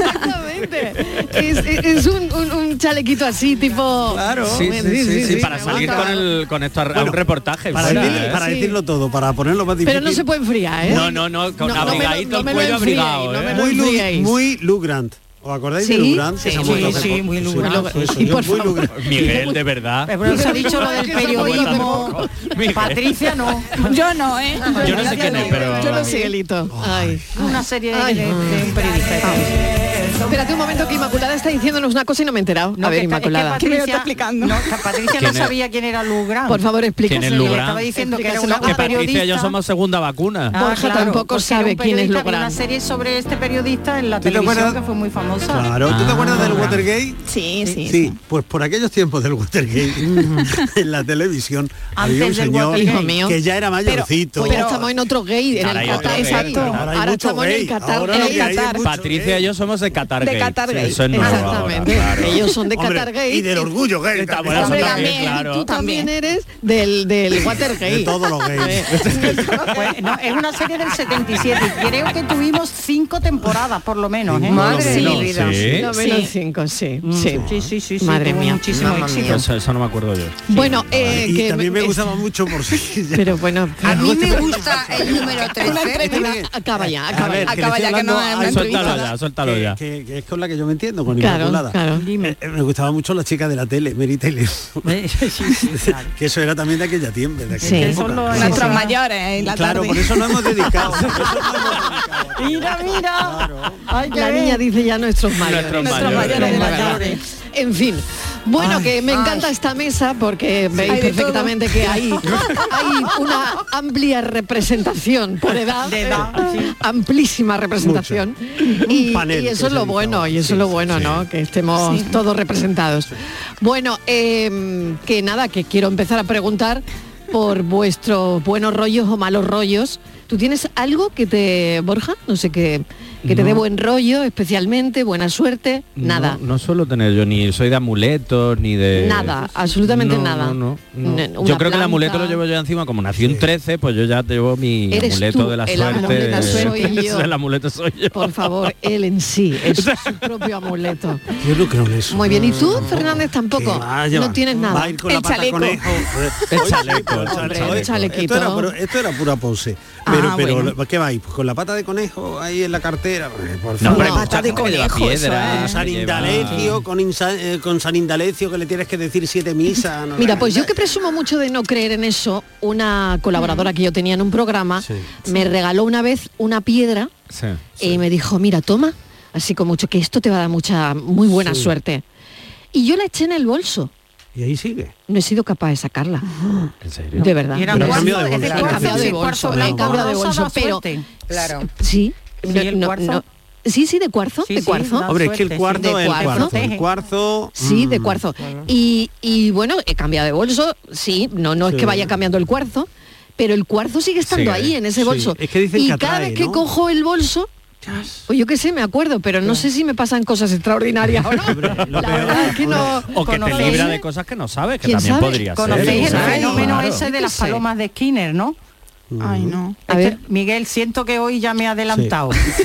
Speaker 3: Exactamente. Es, es- es un, un- un chalequito así, tipo. eh,
Speaker 5: Claro.
Speaker 6: Sí, sí, sí, sí, para
Speaker 3: me
Speaker 6: salir
Speaker 3: gusta.
Speaker 6: con, el, con esto a, a
Speaker 5: Bueno,
Speaker 6: un reportaje.
Speaker 5: Para,
Speaker 6: fuera,
Speaker 5: decirle-
Speaker 6: ¿eh?
Speaker 5: para
Speaker 3: Sí.
Speaker 5: decirlo todo, para ponerlo más difícil.
Speaker 3: Pero no se puede enfriar, ¿eh?
Speaker 6: No, no, no, con
Speaker 3: me lo-
Speaker 6: abrigadito,
Speaker 3: no
Speaker 6: el
Speaker 3: me lo
Speaker 6: cuello
Speaker 3: enfriéis,
Speaker 6: abrigado,
Speaker 3: no
Speaker 6: ¿eh?
Speaker 3: me lo
Speaker 5: muy Lu,
Speaker 3: enfriéis.
Speaker 5: muy Lu Grant. ¿Os acordáis de
Speaker 3: Sí,
Speaker 5: Lu Grant?
Speaker 3: sí,
Speaker 5: se ha
Speaker 3: sí,
Speaker 5: muerto hace
Speaker 7: sí,
Speaker 5: poco?
Speaker 7: muy Lu
Speaker 5: Sí,
Speaker 7: Grant.
Speaker 5: eso, eso,
Speaker 3: Y
Speaker 5: yo
Speaker 3: por
Speaker 5: muy Lu
Speaker 3: favor.
Speaker 5: Grant.
Speaker 6: Miguel, de verdad.
Speaker 7: Eh, bueno, se ha dicho lo del
Speaker 3: Que se vuelva
Speaker 7: periodismo.
Speaker 6: tampoco. Miguel.
Speaker 7: Patricia no.
Speaker 8: Yo no, ¿eh?
Speaker 6: Yo no sé quién es, pero...
Speaker 3: Yo lo sé, Elito. Ay.
Speaker 7: Una serie
Speaker 3: Ay.
Speaker 7: de, de un periodista.
Speaker 3: Espérate un momento que Inmaculada está diciéndonos una cosa y no me he enterado.
Speaker 7: No,
Speaker 3: a ver,
Speaker 7: que está- es que
Speaker 3: Inmaculada.
Speaker 7: Patricia- No, que Patricia no
Speaker 6: ¿Quién es?
Speaker 7: sabía quién era Lou Grant.
Speaker 3: Por favor,
Speaker 6: ¿Quién
Speaker 3: explícaselo.
Speaker 6: es Lugra?
Speaker 7: Estaba diciendo que era una,
Speaker 6: Que
Speaker 7: una
Speaker 6: Patricia y yo
Speaker 7: periodista.
Speaker 6: somos segunda vacuna.
Speaker 7: Ah, claro,
Speaker 3: tampoco
Speaker 7: porque era
Speaker 3: sabe
Speaker 7: un
Speaker 3: quién es
Speaker 7: periodista,
Speaker 3: Lou
Speaker 7: había una
Speaker 3: Grant.
Speaker 7: serie sobre este periodista en la
Speaker 5: ¿Tú te
Speaker 7: televisión
Speaker 5: acuerdas?
Speaker 7: que fue muy famosa.
Speaker 5: Claro,
Speaker 7: Ah,
Speaker 5: ¿tú te acuerdas
Speaker 3: Ah.
Speaker 5: del Watergate?
Speaker 8: Sí, sí.
Speaker 5: Sí, pues por aquellos tiempos del Watergate en la televisión había un
Speaker 3: del
Speaker 5: señor
Speaker 3: Watergate. Hijo mío.
Speaker 5: que ya era mayorcito.
Speaker 3: Pues ya estamos en otro gay, en
Speaker 6: Ahora
Speaker 3: el
Speaker 6: hay otro
Speaker 3: Qatar.
Speaker 6: gay,
Speaker 3: Exacto.
Speaker 6: ¿verdad?
Speaker 3: Ahora, estamos en el Qatar.
Speaker 5: ahora
Speaker 3: en
Speaker 5: lo
Speaker 3: el
Speaker 5: que hay es
Speaker 3: Qatar.
Speaker 6: Patricia y yo somos de Qatar
Speaker 3: De
Speaker 6: Gay.
Speaker 3: Qatar
Speaker 6: Sí,
Speaker 3: gay.
Speaker 6: eso es nuevo ahora,
Speaker 3: Exactamente.
Speaker 6: claro.
Speaker 3: Ellos son de Qatar gay.
Speaker 5: y del orgullo gay.
Speaker 6: Está bueno, eso
Speaker 3: Hombre,
Speaker 6: también,
Speaker 3: también,
Speaker 6: claro.
Speaker 3: Tú también eres del, del Watergate. Eh,
Speaker 5: De todos los gays.
Speaker 7: Pues, no, es una serie del 77 y creo que tuvimos cinco temporadas por lo menos. ¿eh?
Speaker 3: Madre
Speaker 7: Sí.
Speaker 3: de mi vida.
Speaker 6: sí.
Speaker 3: Lo menos cinco, sí. Sí,
Speaker 7: sí, sí, sí,
Speaker 3: Madre
Speaker 7: tuvo
Speaker 3: mía.
Speaker 7: muchísimo
Speaker 3: Mamma
Speaker 7: éxito.
Speaker 3: mía.
Speaker 6: Eso, eso no me acuerdo yo.
Speaker 3: Bueno, eh,
Speaker 5: y
Speaker 3: que
Speaker 5: también me
Speaker 3: es-
Speaker 5: gustaba mucho por si...
Speaker 3: Pero bueno,
Speaker 4: A mí me gusta
Speaker 3: eh,
Speaker 4: el número 13.
Speaker 3: acaba ya,
Speaker 5: A
Speaker 3: acaba
Speaker 5: ver,
Speaker 3: ya.
Speaker 5: que le estoy hablando a
Speaker 6: es una
Speaker 5: alguien
Speaker 6: entrevista.
Speaker 5: que-
Speaker 6: Suéltalo ya, suéltalo
Speaker 5: Que, que es con la que yo me entiendo, con
Speaker 3: Claro,
Speaker 5: Inmaculada.
Speaker 3: claro.
Speaker 5: Eh, eh, me gustaba mucho la chica de la tele, Mary Taylor. que eso era también de aquella tiempo. De aquella
Speaker 3: Sí.
Speaker 5: época.
Speaker 7: Son los-
Speaker 8: Nuestros mayores ¿eh? en la
Speaker 5: Claro,
Speaker 8: tarde.
Speaker 5: por eso nos hemos dedicado.
Speaker 7: Mira, mira. Ay, qué
Speaker 3: La
Speaker 7: bien.
Speaker 3: niña dice ya nuestros mayores.
Speaker 6: Nuestros Nuestros mayores.
Speaker 3: de la
Speaker 7: Nuestros
Speaker 3: tarde. En fin. Bueno, que me encanta esta mesa porque veis
Speaker 8: Hay de
Speaker 3: perfectamente que hay, hay una amplia representación por edad,
Speaker 7: De edad, sí.
Speaker 3: amplísima representación. Y,
Speaker 5: panel,
Speaker 3: y eso
Speaker 5: que
Speaker 3: es
Speaker 5: se
Speaker 3: lo
Speaker 5: dice
Speaker 3: bueno,
Speaker 5: ahora.
Speaker 3: y eso es lo bueno, ¿no? Que estemos todos representados. Bueno, eh, que nada, que quiero empezar a preguntar por vuestros buenos rollos o malos rollos. ¿Tú tienes algo que te, Borja? No sé qué. Que te dé buen rollo, especialmente, buena suerte,
Speaker 6: No,
Speaker 3: nada.
Speaker 6: No, suelo tener yo ni soy de amuletos ni de
Speaker 3: Nada, absolutamente
Speaker 6: eh, No,
Speaker 3: nada.
Speaker 6: No, no, no.
Speaker 3: Ne-
Speaker 6: Yo
Speaker 3: una
Speaker 6: creo que el
Speaker 3: planta.
Speaker 6: amuleto lo llevo yo encima como nací un 13, pues yo ya llevo mi
Speaker 3: Eres
Speaker 6: amuleto
Speaker 3: tú,
Speaker 6: de la
Speaker 3: el
Speaker 6: suerte.
Speaker 3: amuleto soy yo.
Speaker 6: el amuleto soy yo.
Speaker 3: Por favor, él en sí, es su propio amuleto.
Speaker 5: Yo no creo en eso.
Speaker 3: Muy bien, ¿y tú, Fernández, tampoco?
Speaker 5: Que vaya,
Speaker 3: No tienes
Speaker 5: Ah, Va a
Speaker 3: nada.
Speaker 5: ir con la
Speaker 8: El
Speaker 5: pata
Speaker 8: chaleco.
Speaker 5: conejo.
Speaker 6: El chaleco, el
Speaker 3: Hombre,
Speaker 6: chaleco.
Speaker 3: el chalequito.
Speaker 5: Esto era, puro- esto era pura pose. Pero,
Speaker 3: Ah,
Speaker 5: pero
Speaker 3: bueno.
Speaker 5: ¿qué vais? Pues con la pata de conejo ahí en la cartera. Pues, Por favor.
Speaker 6: No, hombre,
Speaker 3: No,
Speaker 6: muchacho,
Speaker 8: de
Speaker 6: que lleva
Speaker 8: conejo, eso,
Speaker 6: piedra,
Speaker 5: Con
Speaker 6: que
Speaker 5: San
Speaker 6: lleva-
Speaker 5: Indalecio, con, Insa- eh, con San Indalecio que le tienes que decir siete misas. no,
Speaker 3: Mira,
Speaker 5: no,
Speaker 3: pues yo
Speaker 5: no.
Speaker 3: que presumo mucho de no creer en eso, una colaboradora que yo tenía en un programa
Speaker 5: Mm. Sí.
Speaker 3: me regaló una vez una piedra
Speaker 6: Sí.
Speaker 3: y me dijo, mira, toma, así como mucho que esto te va a dar mucha, muy buena
Speaker 5: Sí.
Speaker 3: suerte. Y yo la eché en el bolso.
Speaker 5: Y ahí sigue.
Speaker 3: No he sido capaz de sacarla,
Speaker 6: ¿En serio?
Speaker 3: de verdad.
Speaker 7: Y era
Speaker 5: Pero
Speaker 7: un
Speaker 5: ha cambiado
Speaker 7: cuarzo,
Speaker 5: de
Speaker 7: es
Speaker 5: bolso.
Speaker 3: He cambiado de
Speaker 7: sí, cuarzo
Speaker 3: bolso, he
Speaker 7: blanco,
Speaker 3: cambiado de
Speaker 7: rosa
Speaker 3: bolso,
Speaker 7: da
Speaker 3: pero
Speaker 7: suerte. Claro.
Speaker 3: sí,
Speaker 7: Sí, el cuarzo.
Speaker 3: sí, sí, de cuarzo,
Speaker 7: Sí,
Speaker 3: de
Speaker 7: sí,
Speaker 3: cuarzo.
Speaker 7: da
Speaker 5: Hombre, es que
Speaker 7: suerte,
Speaker 5: el cuarto
Speaker 7: sí.
Speaker 5: es
Speaker 7: De
Speaker 5: el
Speaker 7: cuarzo.
Speaker 5: cuarzo. El
Speaker 7: Teje.
Speaker 5: cuarzo.
Speaker 3: Sí,
Speaker 5: mm,
Speaker 3: de cuarzo. Y, y, bueno, he cambiado de bolso, sí, no, no es que
Speaker 5: Sí.
Speaker 3: vaya cambiando el cuarzo, pero el cuarzo sigue estando
Speaker 6: Sigue.
Speaker 3: ahí, en ese
Speaker 5: Sí,
Speaker 3: bolso.
Speaker 5: es que dicen
Speaker 3: y
Speaker 5: que
Speaker 3: cada
Speaker 5: atrae,
Speaker 3: vez que
Speaker 5: ¿no?
Speaker 3: cojo el bolso, pues yo qué sé, me acuerdo, pero no sé si me pasan cosas extraordinarias o no.
Speaker 5: lo
Speaker 3: La
Speaker 5: peor-
Speaker 3: verdad es que no.
Speaker 6: O que te
Speaker 7: ¿Conocéis?
Speaker 6: libra de cosas que no sabes, que
Speaker 3: ¿Quién
Speaker 6: también
Speaker 3: sabe?
Speaker 6: podría
Speaker 7: Conocéis el
Speaker 6: ser.
Speaker 3: Ay,
Speaker 7: fenómeno
Speaker 3: claro.
Speaker 7: ese
Speaker 3: Yo
Speaker 7: de
Speaker 3: qué
Speaker 7: las
Speaker 3: sé.
Speaker 7: palomas de Skinner, ¿no?
Speaker 5: Mm.
Speaker 8: Ay, no.
Speaker 3: A
Speaker 7: Este-
Speaker 3: ver.
Speaker 7: Miguel, siento que hoy ya me he adelantado. este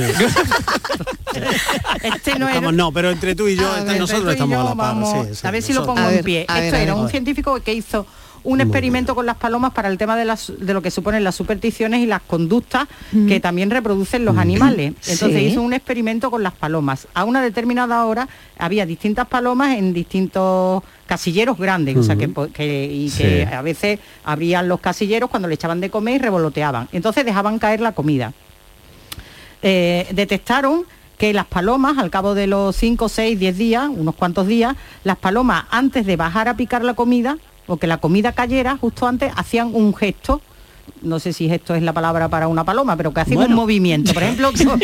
Speaker 7: no era,
Speaker 5: Estamos- Ah, no, pero entre tú y yo,
Speaker 3: A
Speaker 5: este-
Speaker 3: ver,
Speaker 5: nosotros
Speaker 7: Pedro y
Speaker 5: estamos
Speaker 7: yo
Speaker 5: a la par.
Speaker 7: vamos-
Speaker 5: sí, sí,
Speaker 7: a ver si lo
Speaker 5: nosotros.
Speaker 7: pongo
Speaker 3: A ver,
Speaker 7: en pie.
Speaker 3: a
Speaker 7: Esto
Speaker 3: ver,
Speaker 7: era
Speaker 3: a
Speaker 7: un
Speaker 3: ver.
Speaker 7: científico que hizo un experimento con las palomas para el tema de, las, de lo que suponen las supersticiones y las conductas que
Speaker 8: Mm.
Speaker 7: también reproducen
Speaker 5: Mm.
Speaker 7: los animales. Entonces
Speaker 3: Sí.
Speaker 7: hizo un experimento con las palomas. A una determinada hora había distintas palomas en distintos casilleros grandes, o sea, que, po- que- y que
Speaker 6: Sí.
Speaker 7: a veces abrían los casilleros cuando le echaban de comer y revoloteaban. Entonces dejaban caer la comida eh, detectaron que las palomas, al cabo de los 5, 6, 10 días, unos cuantos días, las palomas antes de bajar a picar la comida, o que la comida cayera justo antes, hacían un gesto. No sé si gesto es la palabra para una paloma, pero que hacían un
Speaker 5: Bueno.
Speaker 7: movimiento. Por ejemplo, tor-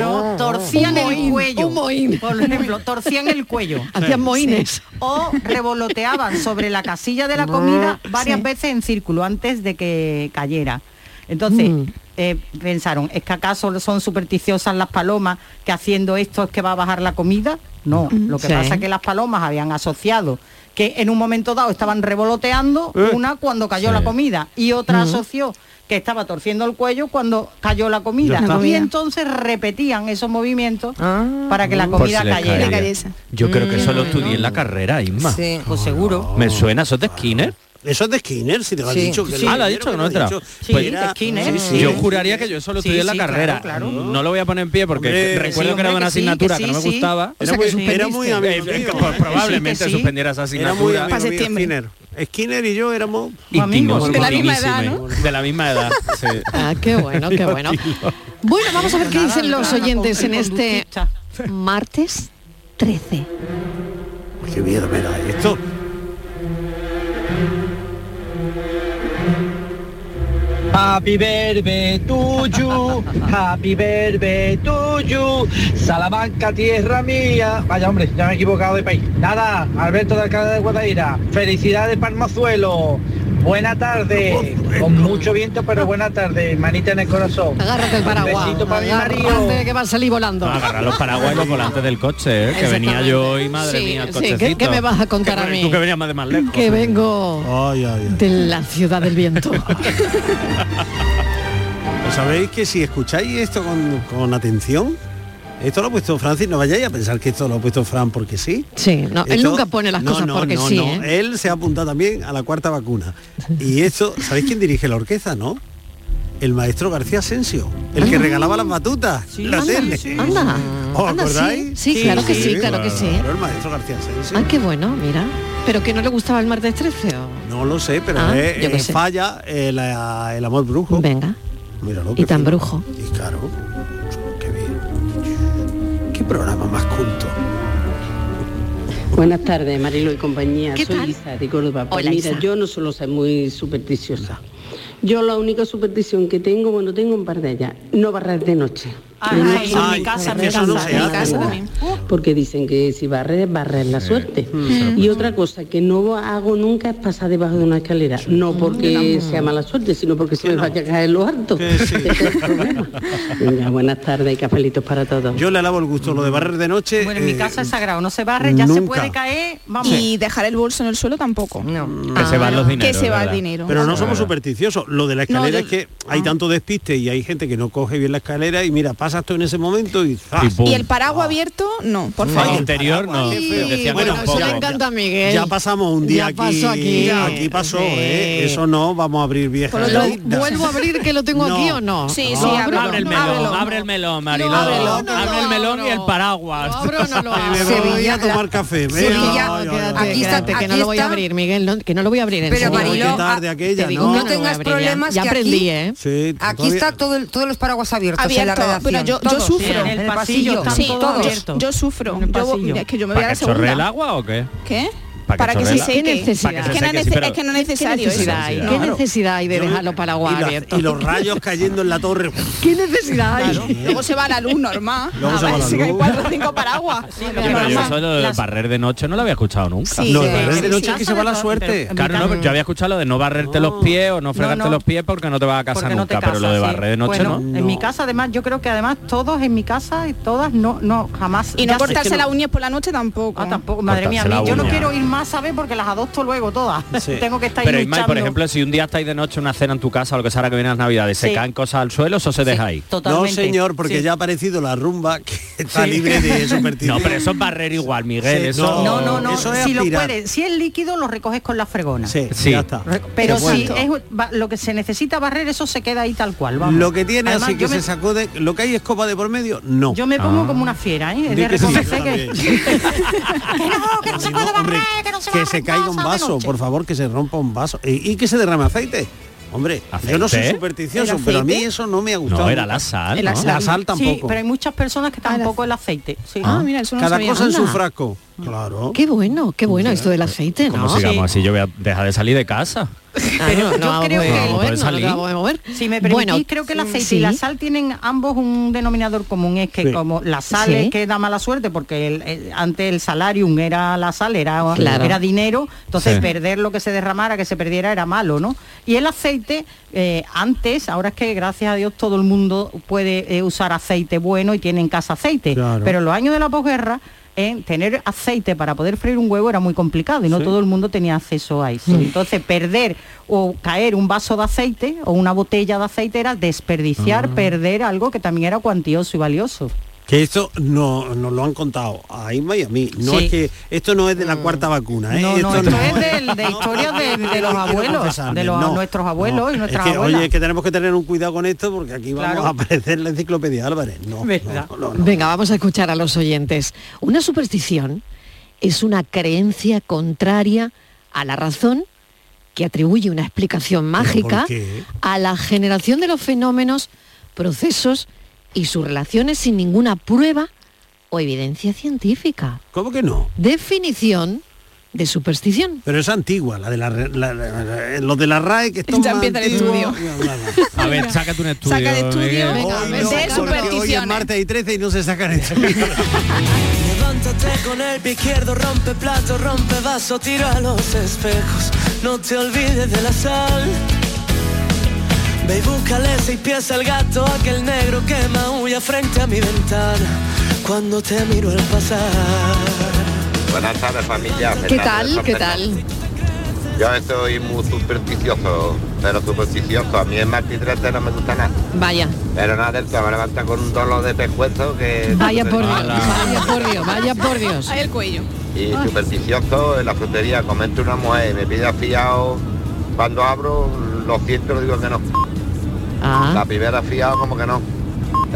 Speaker 7: no, torcían
Speaker 3: Un
Speaker 7: el
Speaker 3: mohín,
Speaker 7: cuello.
Speaker 3: un mohín.
Speaker 7: Por ejemplo, torcían el cuello.
Speaker 3: Hacían moines.
Speaker 7: O revoloteaban sobre la casilla de la comida varias veces en círculo antes de que cayera. Entonces, eh, pensaron, ¿es que acaso son supersticiosas las palomas que haciendo esto es que va a bajar la comida? No,
Speaker 10: Mm.
Speaker 7: lo que
Speaker 3: Sí.
Speaker 7: pasa es que las palomas habían asociado que en un momento dado estaban revoloteando una cuando cayó
Speaker 6: Sí.
Speaker 7: la comida y otra asoció que estaba torciendo el cuello cuando cayó la comida.
Speaker 5: Ya está.
Speaker 7: Y entonces repetían esos movimientos para que la
Speaker 6: Por
Speaker 7: comida
Speaker 6: si le
Speaker 7: cayera.
Speaker 6: caía.
Speaker 8: cayese.
Speaker 6: Yo creo que eso lo estudié en la carrera, Inma. Oh.
Speaker 4: Sí.
Speaker 7: Pues seguro.
Speaker 6: Me suena, ¿eso es de Skinner?
Speaker 5: Eso es de Skinner, si te lo has
Speaker 7: Sí.
Speaker 5: dicho.
Speaker 6: Sí. Ah, lo ha dicho, no entra.
Speaker 7: Sí,
Speaker 11: Pues
Speaker 7: de Skinner. Sí, sí.
Speaker 6: Yo juraría que yo eso lo
Speaker 7: Sí,
Speaker 6: estudié en la
Speaker 7: sí,
Speaker 6: carrera.
Speaker 7: claro, claro.
Speaker 6: No lo voy a poner en pie porque
Speaker 5: Hombre,
Speaker 6: recuerdo
Speaker 7: sí,
Speaker 6: que
Speaker 7: hombre,
Speaker 6: era una
Speaker 7: que sí,
Speaker 6: asignatura
Speaker 7: que
Speaker 6: que, no
Speaker 7: sí,
Speaker 6: me
Speaker 7: sí.
Speaker 6: gustaba.
Speaker 5: Eh, Era muy, era muy
Speaker 7: suspendiste.
Speaker 5: amigo
Speaker 6: Eh, eh,
Speaker 5: mío.
Speaker 6: pues probablemente
Speaker 7: sí.
Speaker 6: suspendiera esa
Speaker 5: Era muy
Speaker 6: asignatura.
Speaker 5: amigo
Speaker 8: Para
Speaker 5: mío,
Speaker 8: septiembre.
Speaker 5: Skinner. Skinner y yo éramos...
Speaker 6: Íntimos,
Speaker 8: De la misma edad,
Speaker 6: intimísimos. De la misma edad, sí.
Speaker 3: Ah, qué bueno, qué bueno. Bueno, vamos a ver qué dicen los oyentes en este martes 13.
Speaker 5: Qué miedo me da esto.
Speaker 11: Happy birthday to you, happy birthday to you, Salamanca tierra mía. Vaya hombre, ya me he equivocado de país. Nada, Alberto de Alcalá de Guadaira, felicidades Palmazuelo. Buena tarde,
Speaker 6: pues,
Speaker 11: con mucho viento pero buena tarde, manita en el corazón.
Speaker 3: Agárrate el paraguas.
Speaker 11: Besito para mi
Speaker 3: Agarra-
Speaker 11: marido.
Speaker 3: antes de que va a salir volando.
Speaker 6: No, agarrar los paraguas y los volantes del coche, ¿eh? que venía yo y madre
Speaker 3: Sí,
Speaker 6: mía, el
Speaker 3: sí,
Speaker 6: cochecito.
Speaker 3: ¿qué- qué me vas a contar
Speaker 6: Que-
Speaker 3: a mí?
Speaker 6: Tú que venías más de más lejos. ¿eh?
Speaker 3: Que vengo de la ciudad del viento.
Speaker 5: Pues sabéis que si escucháis esto con, con atención, esto lo ha puesto Francis, no vayáis a pensar que esto lo ha puesto Fran porque sí.
Speaker 3: Sí, no, él
Speaker 5: Esto-
Speaker 3: nunca pone las
Speaker 5: no,
Speaker 3: cosas
Speaker 5: no,
Speaker 3: porque
Speaker 5: no,
Speaker 3: sí.
Speaker 5: no.
Speaker 3: ¿eh?
Speaker 5: Él se ha apuntado también a la cuarta vacuna. Y esto, ¿sabéis quién dirige la orquesta, no? El maestro García Asensio, el que regalaba las batutas. en la
Speaker 3: Ah. Anda,
Speaker 5: tele.
Speaker 3: anda,
Speaker 5: ¿Os
Speaker 3: anda, sí,
Speaker 5: acordáis?
Speaker 3: sí, claro que sí, claro que sí.
Speaker 5: el maestro García Asensio.
Speaker 3: Ah, qué bueno, mira. Pero que no le gustaba el martes 13. ¿o?
Speaker 5: No lo sé, pero
Speaker 3: Ah,
Speaker 5: eh,
Speaker 3: yo qué
Speaker 5: eh,
Speaker 3: sé.
Speaker 5: falla el, eh, el amor brujo.
Speaker 3: Venga.
Speaker 5: Míralo,
Speaker 3: Y
Speaker 5: qué
Speaker 3: tan
Speaker 5: fino.
Speaker 3: brujo.
Speaker 5: Y claro, qué bien. Qué programa más culto.
Speaker 10: Buenas tardes, Marilo y compañía.
Speaker 12: ¿Qué
Speaker 10: Soy
Speaker 12: tal?
Speaker 10: Isa de Córdoba. Pues
Speaker 12: Hola,
Speaker 10: mira,
Speaker 12: Isa.
Speaker 10: yo no suelo ser muy supersticiosa. Yo la única superstición que tengo, bueno, tengo un par de ellas, no barrer de noche.
Speaker 13: Ay,
Speaker 10: De
Speaker 13: eso Ah, en mi Ay, casa, en mi eso no casa, se en mi hace. casa también. Uh.
Speaker 10: Porque dicen que si barres, barres la suerte. Y otra cosa que no hago nunca es pasar debajo de una escalera.
Speaker 13: Mm,
Speaker 10: No porque sea mala suerte, sino porque se me vaya a caer lo harto. Ese es el problema. Venga, buenas tardes y cafelitos para todos.
Speaker 5: Yo le alabo el gusto, lo de barrer de noche.
Speaker 7: Bueno, en mi
Speaker 5: eh,
Speaker 7: casa es sagrado, no se barre, ya se
Speaker 5: nunca.
Speaker 7: puede caer, vamos.
Speaker 8: Y dejar el bolso en el suelo tampoco. No.
Speaker 5: Que se van los dineros,
Speaker 8: ah, Que se va el
Speaker 5: ¿verdad?
Speaker 8: dinero.
Speaker 5: Pero no somos supersticiosos. Lo de la escalera
Speaker 8: yo-
Speaker 5: es que hay tanto despiste y hay gente que no coge bien la escalera y mira, pasas tú en ese momento y ¡zas!
Speaker 8: Y el paraguas abierto, no, por
Speaker 5: No,
Speaker 8: favor.
Speaker 6: interior no. Decían
Speaker 5: Bueno,
Speaker 6: que
Speaker 5: eso le
Speaker 6: tampoco.
Speaker 5: encanta
Speaker 3: a Miguel.
Speaker 5: Ya pasamos un día
Speaker 3: Ya pasó aquí.
Speaker 5: aquí. Aquí pasó, ¿eh? Eso no, vamos a abrir vieja.
Speaker 3: Por otro- ¿Vuelvo a abrir que lo tengo
Speaker 5: No.
Speaker 3: aquí o no?
Speaker 5: Sí,
Speaker 3: No,
Speaker 5: sí,
Speaker 3: ábrelo.
Speaker 5: ábrelo.
Speaker 6: Abre el melón, abre el melón, Mariló.
Speaker 3: ábrelo, no
Speaker 6: abre el melón y el paraguas.
Speaker 5: Me voy a tomar café. venga.
Speaker 3: Sevilla, quédate,
Speaker 5: Aquí está-
Speaker 3: quédate, que no
Speaker 5: aquí
Speaker 3: lo voy a
Speaker 5: está.
Speaker 3: abrir, Miguel, no- que no lo voy a abrir en
Speaker 5: Pero,
Speaker 3: serio.
Speaker 5: Mariló, Qué tarde
Speaker 3: Te
Speaker 5: aquella,
Speaker 3: digo
Speaker 5: ¿no?
Speaker 3: que
Speaker 5: No
Speaker 3: lo voy a
Speaker 4: tengas
Speaker 3: abrir, ya.
Speaker 4: problemas
Speaker 3: Ya
Speaker 4: que
Speaker 3: aprendí,
Speaker 4: aquí-
Speaker 3: ¿eh?
Speaker 5: Sí,
Speaker 4: Aquí está todo el- todos los paraguas abiertos en la
Speaker 8: Abierto.
Speaker 4: redacción.
Speaker 8: Bueno, yo, yo
Speaker 4: todos.
Speaker 8: sufro.
Speaker 4: En el pasillo, están
Speaker 8: sí,
Speaker 4: todos
Speaker 8: yo-
Speaker 4: abiertos.
Speaker 8: yo, sufro.
Speaker 4: el
Speaker 8: Yo,
Speaker 4: pasillo.
Speaker 8: mira, es que yo me voy a
Speaker 6: ¿Para
Speaker 8: la
Speaker 6: que chorre el
Speaker 8: segunda.
Speaker 6: agua o qué?
Speaker 8: ¿Qué?
Speaker 6: Para que
Speaker 8: Para que
Speaker 6: chorre
Speaker 8: se
Speaker 6: el
Speaker 8: seque.
Speaker 6: agua.
Speaker 8: Necesidad.
Speaker 6: Para que
Speaker 8: Es que
Speaker 6: se
Speaker 8: no
Speaker 6: seque,
Speaker 8: nece-
Speaker 6: sí, pero-
Speaker 8: es que no es necesario
Speaker 3: ¿Qué necesidad
Speaker 8: eso.
Speaker 3: hay?
Speaker 8: Claro.
Speaker 3: ¿Qué necesidad hay de dejar los
Speaker 5: Y,
Speaker 3: paraguas
Speaker 5: la-
Speaker 3: abiertos?
Speaker 5: y los rayos cayendo en la torre.
Speaker 3: ¿Qué necesidad hay?
Speaker 8: Luego se va la luz normal.
Speaker 5: Luego
Speaker 8: a
Speaker 5: se va
Speaker 8: ver
Speaker 5: la
Speaker 8: si hay
Speaker 5: luz.
Speaker 8: cuatro o cinco paraguas.
Speaker 6: Oye, pero yo eso de barrer de noche no lo había escuchado nunca.
Speaker 8: Sí, No, sí, barrer de en mi noche es que se va la
Speaker 5: casa, suerte. pero en mi
Speaker 6: Claro, no,
Speaker 5: casa
Speaker 6: pero yo había escuchado lo de no barrerte los pies o no fregarte
Speaker 7: no.
Speaker 6: los pies porque no te vas a casa
Speaker 7: Porque no te
Speaker 6: nunca, pero
Speaker 7: casas,
Speaker 6: lo de
Speaker 7: sí.
Speaker 6: barrer de noche
Speaker 7: Bueno,
Speaker 6: no.
Speaker 7: En mi casa además, yo creo que además todos en mi casa y todas no, no jamás.
Speaker 8: Y
Speaker 7: ya
Speaker 8: no
Speaker 7: sé
Speaker 8: cortarse
Speaker 7: que no-
Speaker 8: las uñas por la noche tampoco. ¿eh?
Speaker 7: Ah, tampoco, madre mía, a
Speaker 6: Cortarse
Speaker 7: mí,
Speaker 6: la
Speaker 7: yo no
Speaker 6: uña.
Speaker 7: quiero ir más, ¿sabes? Porque las adopto luego todas.
Speaker 6: Sí.
Speaker 7: Tengo que estar
Speaker 6: Pero
Speaker 7: ahí
Speaker 6: Ismael,
Speaker 7: luchando.
Speaker 6: por ejemplo, si un día estáis de noche una cena en tu casa o lo que sea ahora que viene las navidades,
Speaker 7: Sí.
Speaker 6: se caen cosas al suelo, eso se deja ahí.
Speaker 5: No, señor, porque ya ha aparecido la rumba que está
Speaker 6: Sí.
Speaker 5: libre de superstición.
Speaker 6: No, pero eso es barrer igual, Miguel.
Speaker 5: Sí,
Speaker 6: eso,
Speaker 7: no,
Speaker 5: no,
Speaker 7: no, no,
Speaker 5: eso es
Speaker 7: si lo
Speaker 5: aspirar.
Speaker 7: puedes, si es líquido lo recoges con la fregona.
Speaker 5: Sí, ya está.
Speaker 7: Pero
Speaker 5: Te
Speaker 7: si
Speaker 5: cuento.
Speaker 7: es va- lo que se necesita barrer, eso se queda ahí tal cual. Vamos.
Speaker 5: Lo que tiene
Speaker 7: Además,
Speaker 5: así que
Speaker 7: yo
Speaker 5: se
Speaker 7: me-
Speaker 5: sacude, lo que hay es copa de por medio, no. Ah.
Speaker 7: Yo me
Speaker 6: Ah.
Speaker 7: pongo como una fiera, ¿eh? Es
Speaker 5: Di
Speaker 7: de
Speaker 5: que sí,
Speaker 7: reconocer
Speaker 5: yo
Speaker 7: que- que no se puede barrer, que no se
Speaker 5: Que se caiga un vaso, por favor, que se rompa un vaso. Y, y que se derrame aceite. Hombre, yo no soy
Speaker 6: ¿Aceite?
Speaker 5: supersticioso,
Speaker 7: ¿El
Speaker 5: pero a mí
Speaker 7: aceite?
Speaker 5: eso no me ha gustado.
Speaker 6: No, era
Speaker 5: nunca.
Speaker 6: la sal,
Speaker 5: La sal, tampoco.
Speaker 7: Sí, pero hay muchas personas que tampoco el aceite. Sí.
Speaker 5: Ah, mira,
Speaker 7: eso
Speaker 5: Cada cosa en su
Speaker 3: Anda.
Speaker 5: frasco. Claro.
Speaker 3: Qué bueno, qué bueno esto
Speaker 5: pues,
Speaker 3: del aceite,
Speaker 6: Como
Speaker 3: ¿no?
Speaker 6: sigamos así, yo voy a dejar de salir de casa.
Speaker 3: Pero no,
Speaker 7: creo
Speaker 3: voy
Speaker 7: que-
Speaker 3: a mover, no, no
Speaker 6: salir.
Speaker 3: la voy a mover.
Speaker 7: Si me permitís,
Speaker 3: Bueno,
Speaker 7: creo que el aceite
Speaker 3: sí.
Speaker 7: y la sal tienen ambos un denominador común, es que
Speaker 3: Sí.
Speaker 7: como la sal
Speaker 3: Sí.
Speaker 7: es que da mala suerte, porque el- el- antes el salarium era la sal, era, eh,
Speaker 3: Claro.
Speaker 7: era dinero, entonces
Speaker 3: Sí.
Speaker 7: perder lo que se derramara, que se perdiera, era malo, ¿no? Y el aceite, eh, antes, ahora es que gracias a Dios todo el mundo puede eh, usar aceite bueno y tiene en casa aceite, pero en los años de la posguerra... eh, tener aceite para poder freír un huevo era muy complicado y no
Speaker 14: Sí.
Speaker 7: todo el mundo tenía acceso a eso. Entonces, perder o caer un vaso de aceite o una botella de aceite era desperdiciar, perder algo que también era cuantioso y valioso.
Speaker 5: Que esto no, nos lo han contado a Isma y a mí. No
Speaker 7: Sí. Mm.
Speaker 5: es que esto no es de la cuarta vacuna, ¿eh?
Speaker 7: No, no,
Speaker 5: Esto
Speaker 7: esto
Speaker 5: no
Speaker 7: es del- de historias de, de los abuelos, de los-
Speaker 5: no,
Speaker 7: nuestros abuelos y
Speaker 5: Es
Speaker 7: nuestras
Speaker 5: que,
Speaker 7: abuelas.
Speaker 5: Oye, es que tenemos que tener un cuidado con esto porque aquí vamos
Speaker 7: Claro.
Speaker 5: a aparecer la enciclopedia Álvarez. No, no, no, no.
Speaker 3: Venga, vamos a escuchar a los oyentes. Una superstición es una creencia contraria a la razón que atribuye una explicación mágica
Speaker 15: qué?
Speaker 3: a la generación de los fenómenos, procesos y sus relaciones sin ninguna prueba o evidencia científica.
Speaker 5: ¿Cómo que no?
Speaker 3: Definición de superstición.
Speaker 5: Pero es antigua, la de la, re- la- la- la- lo de la RAE que está más antiguo.
Speaker 6: A ver, sácate un estudio.
Speaker 5: Saca de estudio.
Speaker 6: Miguel.
Speaker 5: Venga,
Speaker 6: Hoy
Speaker 5: venga,
Speaker 6: no.
Speaker 5: saca. Porque hoy es martes y 13 y no se sacan estudios.
Speaker 12: Levántate con el pie izquierdo, rompe plato, rompe vaso, tira los espejos. No te olvides de la sal. Ve y búscale seis pies al gato, aquel negro que maulla frente a mi ventana. Cuando te miro al pasar.
Speaker 14: Buenas tardes familia.
Speaker 3: ¿Qué
Speaker 14: Fernando de
Speaker 3: tal?
Speaker 14: San
Speaker 3: ¿Qué
Speaker 14: Fernando.
Speaker 3: tal?
Speaker 14: Yo estoy muy supersticioso, pero supersticioso. A mí el martes 13 no me gusta nada.
Speaker 3: Vaya,
Speaker 14: Pero nada del todo, me levanta con un dolor de pescuezo
Speaker 5: Eh,
Speaker 14: que...
Speaker 3: vaya por Dios, vaya por Dios, vaya por Dios.
Speaker 8: Ahí el cuello.
Speaker 14: Y supersticioso en la frutería, comento una mujer y me pide afiado. Cuando abro, lo siento, le digo que no. La primera fiado como que no.